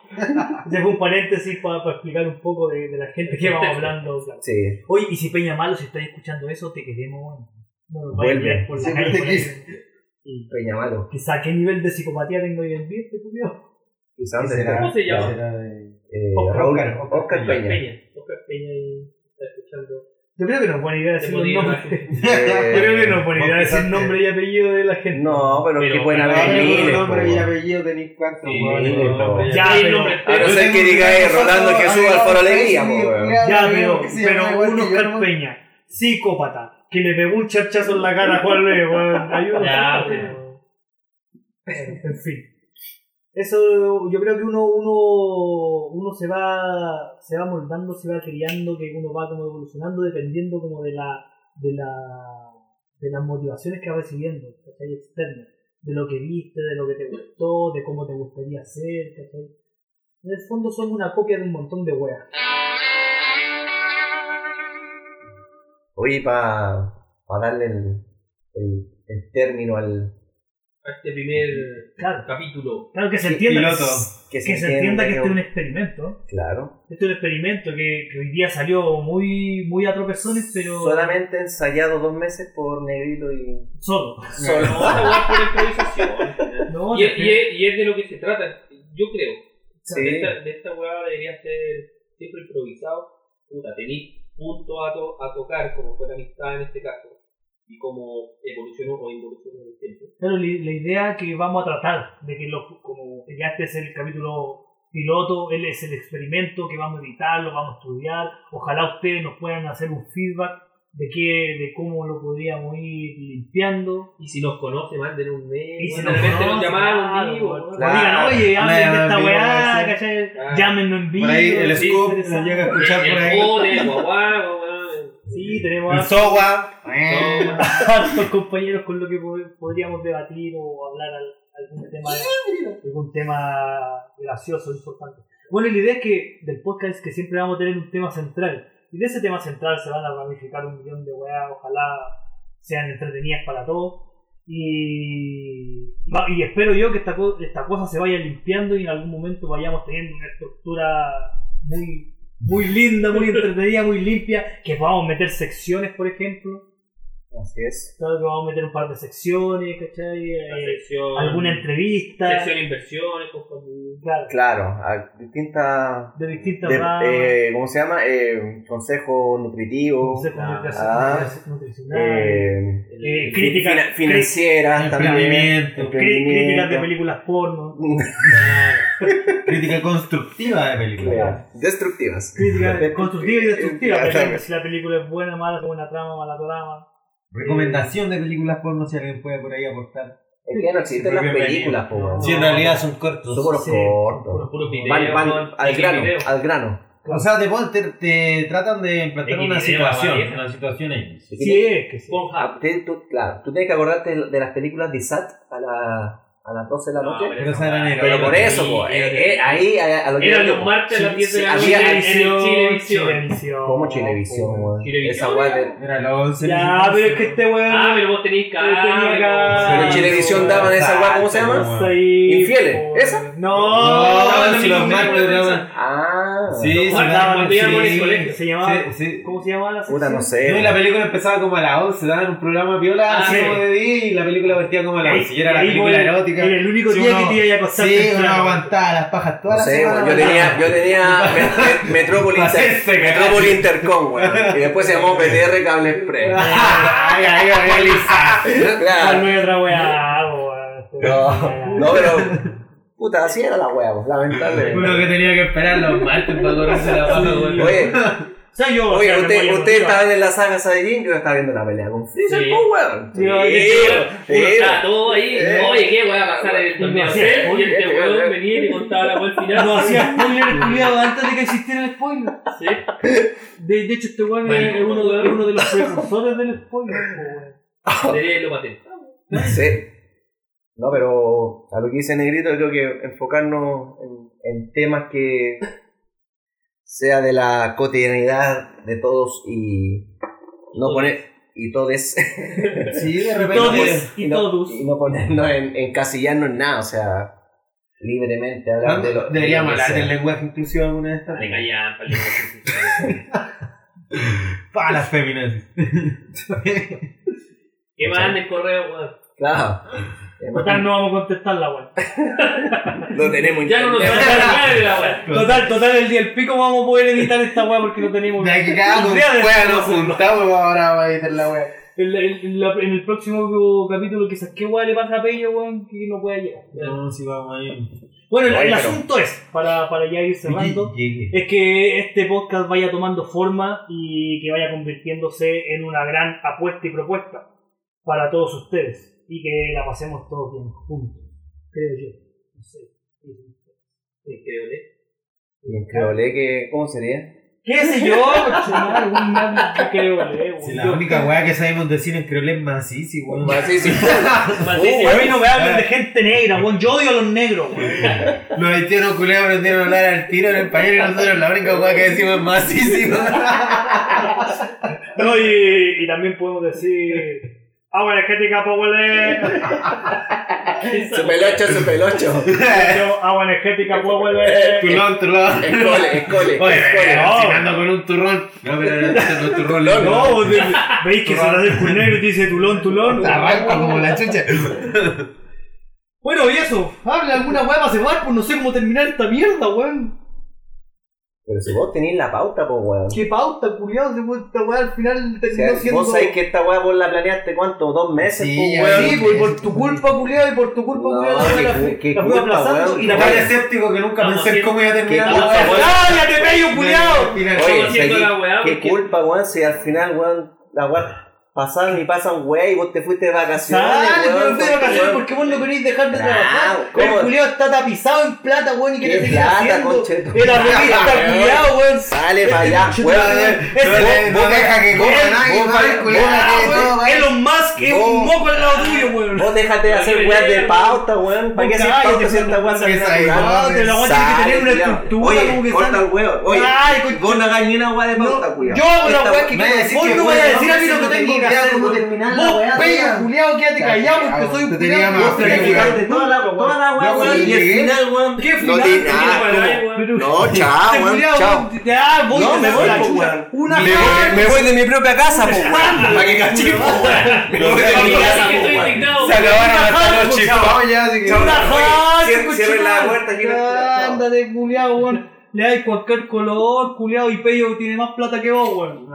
S1: Ese fue un paréntesis para, explicar un poco de, de la gente que vamos hablando. claro.
S3: Sí.
S1: Oye, y si Peña Malo, si estáis escuchando eso, te queremos. weón. No nos vayas a
S3: Vuelve.
S1: pillar por la
S4: Siempre
S1: calle
S4: te
S1: por
S4: quise.
S1: ahí.
S3: Peña Malo.
S1: Quizá qué nivel de psicopatía tengo hoy en día, este culiao.
S3: Quizá antes
S4: será?
S2: ¿Cómo se llama?
S4: Será de-
S3: Eh,
S4: Oscar,
S3: Raúl,
S4: Oscar,
S3: Oscar,
S4: Oscar
S3: Peña.
S2: Peña. Oscar Peña ahí está escuchando.
S1: Yo creo que no es buena idea
S2: Te
S1: decir un
S2: podía
S1: nombre.
S2: ir a-
S1: Yo creo que no es buena idea
S4: vos
S1: decir
S4: pensaste-
S1: nombre y apellido de la gente.
S3: No, pero, es que
S2: Pero-
S3: pueden
S2: pero-
S3: haber
S2: pero-
S3: miles, pues,
S4: Nombre,
S3: po,
S4: nombre y
S3: weón.
S4: apellido tenéis cuántos,
S2: Sí,
S4: weón.
S3: po.
S4: Ya.
S1: Ya,
S2: Hay
S1: pero-
S2: nombre.
S3: A no
S2: pero-
S3: ser que diga eh, Rolando Jesús Alfaro Alegría, po, weón.
S1: Ya, pero, pero un Oscar Peña, psicópata, que le pegó un charchazo en la cara a Juan Luis, weón. Ayúdame.
S2: Ya,
S1: weón. En fin. Eso yo creo que uno, uno, uno se va se va moldando, se va criando, que uno va como evolucionando dependiendo como de la de la de las motivaciones que va recibiendo, ¿cachai? externas, de lo que viste, de lo que te gustó, de cómo te gustaría ser, ¿cachai? En el fondo son una copia de un montón de weas.
S3: Oye, para darle el, el, el término al...
S2: A este primer
S1: Claro,
S2: capítulo.
S1: claro que se entienda.
S4: Piloto.
S1: Que se entienda que este es un
S3: un...
S1: experimento.
S3: Claro.
S1: Este es un experimento que, que hoy día salió muy, muy a tropezones, pero.
S3: Solamente ensayado dos meses por Negrito y...
S1: Solo.
S2: No, esta weá es por improvisación.
S1: No,
S2: Y
S1: no
S2: es,
S1: sé.
S2: y es- y es de lo que se trata, yo creo. O sea,
S3: Sí.
S2: De, esta, de esta weá debería ser siempre improvisado. Puta, tenéis puntos a, to- a tocar, como fue la amistad en este caso, y cómo evolucionó o involucionó en el tiempo.
S1: Claro, la, la idea que vamos a tratar, de que los, como ya este es el capítulo piloto, él es el experimento que vamos a editar, lo vamos a estudiar, ojalá ustedes nos puedan hacer un feedback de qué, de cómo lo podríamos ir limpiando.
S2: Y si nos conoce, manden un mail.
S1: Y si
S2: bueno,
S1: nos
S2: de repente nos
S1: conocen,
S2: llamaron
S1: claro,
S2: en vivo.
S1: bueno,
S2: ¿no?
S3: Claro.
S1: digan, oye, hablen de esta
S4: Claro, en vivo,
S1: weá,
S4: sí.
S1: ¿cachai?
S2: Claro.
S1: Llámenos en vivo.
S4: Por ahí el
S1: sí,
S4: scoop
S1: interesante.
S4: nos llega a escuchar por
S2: El
S4: ahí.
S2: jode, guaguá, guaguá.
S1: Sí, tenemos
S4: El
S1: hartos-
S4: Sowa.
S2: [LAUGHS]
S1: Eh.
S2: No,
S1: hartos compañeros con lo que pod- podríamos debatir o hablar al- algún tema algún tema gracioso, importante. Bueno, y la idea es que del podcast es que siempre vamos a tener un tema central. Y de ese tema central se van a ramificar un millón de weas, ojalá sean entretenidas para todos. Y, va- y espero yo que esta, co- esta cosa se vaya limpiando y en algún momento vayamos teniendo una estructura muy, muy linda, muy entretenida, muy limpia, que podamos meter secciones, por ejemplo.
S3: Así es.
S1: Claro que vamos a meter un par de secciones, ¿cachai?
S2: la
S1: Eh,
S2: sección.
S1: alguna entrevista.
S2: Sección inversiones, cosas así.
S1: Claro,
S3: Claro, a distintas...
S1: de distintas
S3: de-
S1: ramas.
S3: eh, ¿Cómo se llama? Eh, consejo nutritivo.
S1: consejos
S3: ah,
S1: nutricionales, nutricionales,
S3: eh,
S1: eh,
S3: fin-
S1: críticas,
S3: fina- financieras también.
S4: Emprendimiento.
S1: cri- críticas de películas porno,
S4: Crítica constructiva de película.
S3: Mira, Destructivas.
S1: críticas constructivas y destructivas,
S3: Ya
S1: por ejemplo,
S3: sabes.
S1: si la película es buena, mala, es buena trama, mala trama.
S4: Recomendación de películas porno si alguien puede por ahí aportar.
S3: Es que ya no existen las películas, po, weón.
S4: Si en realidad son
S3: Son
S4: cortos.
S3: puros
S1: Sí,
S3: cortos.
S2: Puros videos.
S3: Van, van
S2: ¿no?
S3: al
S2: Hay
S3: grano,
S2: videos.
S3: al grano.
S4: O sea, te, ponen- te, te tratan de implantar
S2: Es
S4: una
S2: que video,
S4: situación,
S2: vale.
S4: una situación X.
S3: Si
S1: Sí, es que sí.
S2: Pornhub.
S3: Te- tú- claro, tú tienes que acordarte de las películas de Sat a, la- a las 12 de la
S2: Ah, No,
S3: noche.
S4: Pero esa era negra.
S3: Pero por
S2: era
S3: eso,
S2: sí,
S3: po,
S2: era-
S3: eh, eh, ahí a, a lo que
S2: Era
S3: yo
S2: los
S3: digo,
S2: martes a las 10 de la
S3: sí, había-
S2: noche en el Chilevisión.
S1: Chilevisión.
S3: Como Chilevisión,
S1: Oh,
S3: weón.
S2: Chilevisión,
S3: Esa weá de-
S4: Era los 11
S1: Ya, pero es que este weón.
S2: Ah, pero vos tenés
S1: tenía
S2: cable.
S1: cable.
S3: Pero en Chilevisión daban esa weá, ¿cómo se llama?
S1: Está ahí,
S3: Infieles,
S1: po.
S3: ¿esa?
S1: No.
S4: No, si los martes daban-
S3: Ah,
S4: Sí,
S2: Cuando
S4: daban-
S2: íbamos en el
S4: sí,
S2: colegio.
S1: Se llamaba.
S4: sí, sí.
S1: ¿Cómo se llamaba la
S3: puta,
S1: sección?
S3: no sé.
S4: No, y
S3: weón.
S4: la película empezaba como a las 11, daban un programa viola,
S2: Ah,
S4: así
S1: sí.
S4: como de día, y la película partía como a las
S1: Ahí-
S4: 11, y era la
S1: ahí
S4: película
S1: fue-
S4: erótica.
S1: Era el único
S4: Sí,
S1: día
S4: uno-
S1: que te iba a acostar.
S4: Sí, uno
S1: temprano.
S4: aguantaba las pajas
S3: No
S4: todas las
S3: sé,
S4: semanas.
S3: weón. Yo tenía, yo tenía Met- Met- Metrópoli
S4: [LAUGHS] Para
S3: Inter-
S4: hacerse
S3: [LAUGHS]
S4: cagar.
S3: Metrópoli Intercom, weón. Y después se llamó PTR Cable
S4: Ah.
S3: Express.
S4: Ay, ay, ay, ay, Lisa.
S1: Ah, [LAUGHS]
S3: Claro.
S1: no hay otra weá, po, weón.
S3: No, no, pero. Puta, así era la weá, pues,
S4: Uno
S3: lamentablemente.
S4: que tenía que esperar los martes para correrse la paja, weón.
S3: Oye,
S1: O sea, yo.
S3: oye,
S1: hacía
S3: usted,
S1: memoria
S3: usted
S1: emotiva.
S3: estaba en la saga Saiyajin, yo estaba viendo la pelea con Freezer,
S2: Sí.
S3: pues, weón.
S1: Sí, oye,
S3: Sí,
S2: Uno
S3: sí.
S2: estaba todo ahí,
S3: Eh.
S2: oye, qué weá va a pasar en el torneo.
S1: No,
S2: Y
S1: sí,
S2: este
S3: oye,
S2: weón
S3: eh,
S2: venía y le contaba la weá al final.
S1: No hacía spoiler
S3: [LAUGHS]
S1: culiado antes de que existiera el spoiler.
S2: Sí.
S1: De, de hecho, este weón es,
S2: Vale.
S1: es uno, de- es uno de los precursores del spoiler, po, weón.
S2: Sería lo patentado.
S3: Sí. No, pero a lo que dice Negrito, yo creo que enfocarnos en, en temas que sea de la cotidianidad de todos y no
S2: Todes.
S3: poner y todes
S4: Sí, de repente. pues,
S1: Todos y
S3: no,
S1: todos.
S3: y [LAUGHS] no ponernos en, en casillarnos en nada, o sea, libremente hablar de lo
S4: Deberíamos
S3: de lo que
S4: hablar del
S3: sea.
S4: lenguaje inclusivo alguna de estas.
S2: Dale callan, palito.
S4: Para las [LAUGHS] féminas.
S2: Que manden correo, weón.
S3: Claro.
S1: Total, no vamos a contestarla, weón.
S3: Lo tenemos
S2: Ya no nos
S3: internet.
S2: van a dar la weá.
S1: Total, total, el día del pico vamos a poder editar esta weá porque no tenemos.
S4: De que cada con
S1: idea de
S4: wea
S1: cómo
S4: nos
S1: hacerlo.
S4: juntamos ahora va a editar la wea.
S1: En, la- en la- en el próximo capítulo, quizás, ¿qué weá le pasa a Pello, weón? Que no pueda llegar.
S4: No, si vamos a ir.
S1: Bueno, el,
S3: Oye,
S1: el
S3: pero-
S1: asunto es, para, para ya ir cerrando, es que este podcast vaya tomando forma y que vaya convirtiéndose en una gran apuesta y propuesta para todos ustedes y que la pasemos todos bien juntos, creo yo. No sé. ¿eh?
S2: Increíble.
S3: Y en creolé que, ¿cómo sería?
S1: ¿Qué sé [LAUGHS] yo? Chaval, un mal- yo creo, eh, weón.
S4: Si la única wea que sabemos decir en creole es macizi, weón.
S3: [LAUGHS] Así, sí.
S1: Yo- a mí no me hablen de gente negra, weón. Yo odio a los negros, weón.
S4: Los haitianos culeados aprendieron a hablar al tiro en español y nosotros la única wea que decimos es macizi,
S1: No, y, y también podemos decir. Agua energética, Powell. [LAUGHS]
S3: Uh, Su pelocho, su pelocho.
S1: Agua energética, [LAUGHS] Powell.
S4: Turrón, turrón.
S3: Escole, escole,
S4: Oye,
S3: escole.
S1: eh, no.
S4: cocinando con un turrón. No, pero no es un turrón.
S3: No,
S4: loco.
S1: No, de- veis que se la hace con negro y te dice tulón, tulón.
S4: Arranco como la chucha.
S1: Bueno, y eso. Habla alguna weá para cerrar, pues no sé cómo terminar esta mierda, weón.
S3: Pero si vos tenés la pauta, pues weón.
S1: Qué pauta, culiado. Esta weá al final
S3: O sea,
S1: terminó siendo.
S3: Vos sabés que esta weá vos la planeaste cuánto, dos meses,
S4: Sí,
S3: pues
S4: ya
S3: weón.
S1: Sí, pues, por tu culpa, culiado, y por tu culpa, culiado.
S3: No,
S1: la-
S3: qué cu- qué
S1: la fui
S3: culpa,
S1: aplazando
S3: weón.
S1: y la
S4: Tan
S1: weá.
S3: Oye,
S4: escéptico que nunca
S2: Vamos,
S4: pensé
S2: ¿quién-
S4: cómo iba a terminar
S3: quién-
S4: la wea.
S1: ¡Cállate, pello, culiado!
S2: Estamos
S3: Oye,
S2: haciendo
S3: seguí-
S2: la weá
S3: qué
S2: porque-
S3: culpa, weón, si al final, weón, la weá pasaron y pasan, weón, y vos te fuiste de vacaciones,
S1: Sale,
S3: weón.
S1: weón, de
S3: porque,
S1: vacaciones
S3: weón,
S1: porque vos no queréis dejar de
S3: Nah,
S1: trabajar.
S3: ¿cómo?
S1: El culiado está tapizado en plata, weón, y quiere seguir
S3: plata,
S1: haciendo.
S3: conchetu-
S1: Era revista,
S3: Weón.
S1: culiado, weón.
S3: Sale para allá,
S1: Chuta,
S3: weón.
S1: ese-
S3: Vos-
S4: no
S3: vos-
S4: deja que
S3: vos-
S4: coma nadie,
S3: vos-
S4: weón,
S3: vos-
S4: culiao,
S3: vos-
S4: que todo
S3: vos-
S1: Elon Musk es un
S3: Vos.
S1: moco al lado tuyo, weón.
S3: Vos dejate de hacer weas de pauta, weón. ¿Para qué haces
S1: Cállate,
S3: pauta si esta weá sale
S4: esa ahí,
S3: natural?
S1: No, te la weón tiene que
S3: Sale,
S1: tener una
S3: culiao.
S1: estructura
S3: Oye,
S1: como que
S3: corta
S1: sale.
S3: el huevo. Oye,
S1: Ay, con-
S3: vos no hagas ni una weá de pauta, culiao.
S1: Yo hago la
S3: Esta
S1: weá que
S4: Me
S1: quiero.
S4: decís
S1: Vos
S4: que,
S1: no
S4: weón,
S1: vayas a decir
S4: no
S1: a mí
S4: sé
S1: lo que
S4: si
S1: tengo
S4: tenía
S1: que
S4: que
S1: hacer,
S4: hacer,
S1: weón.
S3: terminar la
S1: Vos,
S3: weá,
S1: pello,
S3: weón.
S1: culiado, quédate callado porque soy
S4: Te
S1: un
S4: tenía
S1: culiao.
S4: más
S3: Vos
S4: fe,
S3: te fijaste toda la toda la weá,
S4: No,
S3: weón. Y al
S4: llegué.
S3: final, weón.
S1: ¿Qué
S3: No
S1: final?
S3: tiene
S1: ¿Qué
S3: nada,
S1: para
S2: como-
S1: ahí, weón?
S3: No,
S4: Ah,
S3: chao,
S1: Este
S3: weón.
S1: culiao,
S3: Chao.
S1: weón, Ya, voy
S3: No,
S1: a
S3: me
S1: hacer
S3: voy,
S1: la
S3: po,
S1: chucha.
S3: weón.
S1: Una
S3: Me voy- me voy de mi propia casa, po, weón. Para que cachis, po, weón. Me voy de mi
S2: Porque
S3: casa,
S2: que
S3: po,
S2: estoy
S3: weón.
S2: indignado.
S4: Se acabaron
S1: Una
S4: hasta
S1: jarra,
S4: los
S1: pues,
S4: chipados ya, así que.
S3: Chao.
S1: Ajá,
S3: Oye,
S1: qué
S3: cier- cierren
S1: cochina.
S3: la puerta, quiero entrar.
S1: Ándate, culiao, weón. Le dais cualquier color, culiao, y Pello tiene más plata que vos, weón.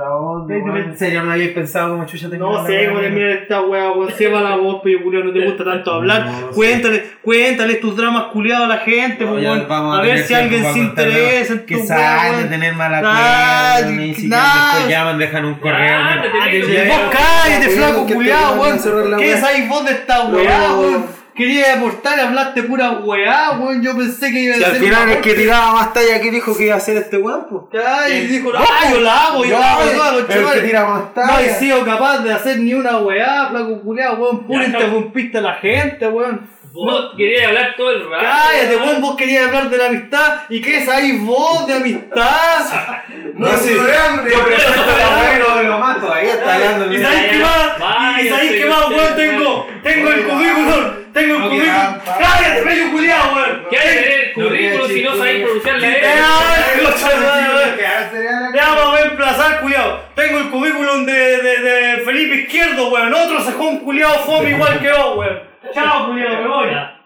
S4: En serio, no había pensado como chucha tenía.
S1: No sé, weón, mira esta weá, weón. Cierra la voz, Pello, culiao, no te gusta tanto hablar.
S4: [LAUGHS] No sé.
S1: cuéntale, cuéntale tus dramas, culiao, a la gente,
S4: No, ya
S1: este weón.
S4: vamos a
S1: A ver
S4: tener
S1: si
S4: tiempo
S1: alguien
S4: para
S1: se
S4: contar nada.
S1: interesa en tu
S4: Que
S1: weá,
S4: saben de
S1: weón.
S4: tener mala
S1: Nah,
S4: cueva, ni siquiera
S1: nah.
S4: después llaman, dejan un correo.
S2: Nah,
S4: mira.
S2: te tenés que-
S4: Ya, ya,
S1: Vos cállate,
S4: ya,
S1: flaco
S4: que te
S1: culiao,
S4: van a cerrar
S1: weón.
S4: la
S1: ¿Qué
S4: weá.
S1: sabéis vos de esta weá,
S4: No.
S1: weón? Quería aportar, hablaste pura weá, weón. Yo pensé que iba a
S4: Si
S1: ser.
S4: al final el que tiraba más talla que dijo que iba a hacer este weón, pues.
S1: Ay, dijo, ah, yo la hago, yo la hago, yo la hago,
S6: el que
S1: chaval.
S6: tira más
S1: No he
S6: talla.
S1: sido capaz de hacer ni una weá, flaco culeado, weón. Pura
S2: Ya.
S1: interrumpiste a la gente, weón.
S2: Vos querías hablar todo el
S6: Ah,
S2: rato.
S1: Cállate, weón, vos querías hablar de la amistad. ¿Y qué sabéis vos de amistad?
S6: No, sí. [LAUGHS] Yo presento la weá y no me lo mato. Ahí está hablando el
S1: ¿Y
S6: mismo.
S1: sabéis qué más? ¿Y
S2: Vaya,
S1: sabéis qué
S2: señor,
S1: más, weón?
S2: señor.
S1: Tengo, tengo el
S6: Oiga.
S1: currículum, tengo el
S6: Oiga,
S1: currículum.
S6: pa-
S1: Cállate, bello culeado, weón.
S2: ¿Qué hay el
S6: ah, No,
S2: currículo
S6: qué
S2: si no sabéis
S6: chico.
S2: pronunciar la
S1: Te
S2: E?
S1: amo, concha de madre, weón.
S6: Que ahora sería la-
S1: Te vamos a reemplazar, culiao. Tengo el currículum de, de, de Felipe Izquierdo, weón. Otro sajón culiao fome igual que vos, weón. Chao, culiao, me voy.
S2: Ya.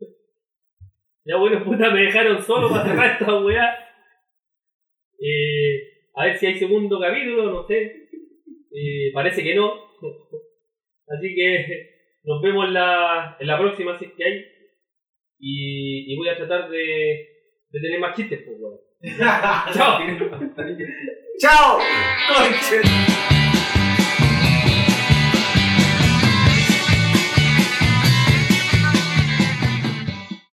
S2: E. Ya, bueno, puta, me dejaron solo para sacar esta weá. Eh, a ver si hay segundo capítulo, no sé. Eh, parece que no. Así que nos vemos en la, en la próxima, si es que hay. Y, y voy a tratar de, de tener más chistes, pues, weón. Chao.
S1: Chao, conche.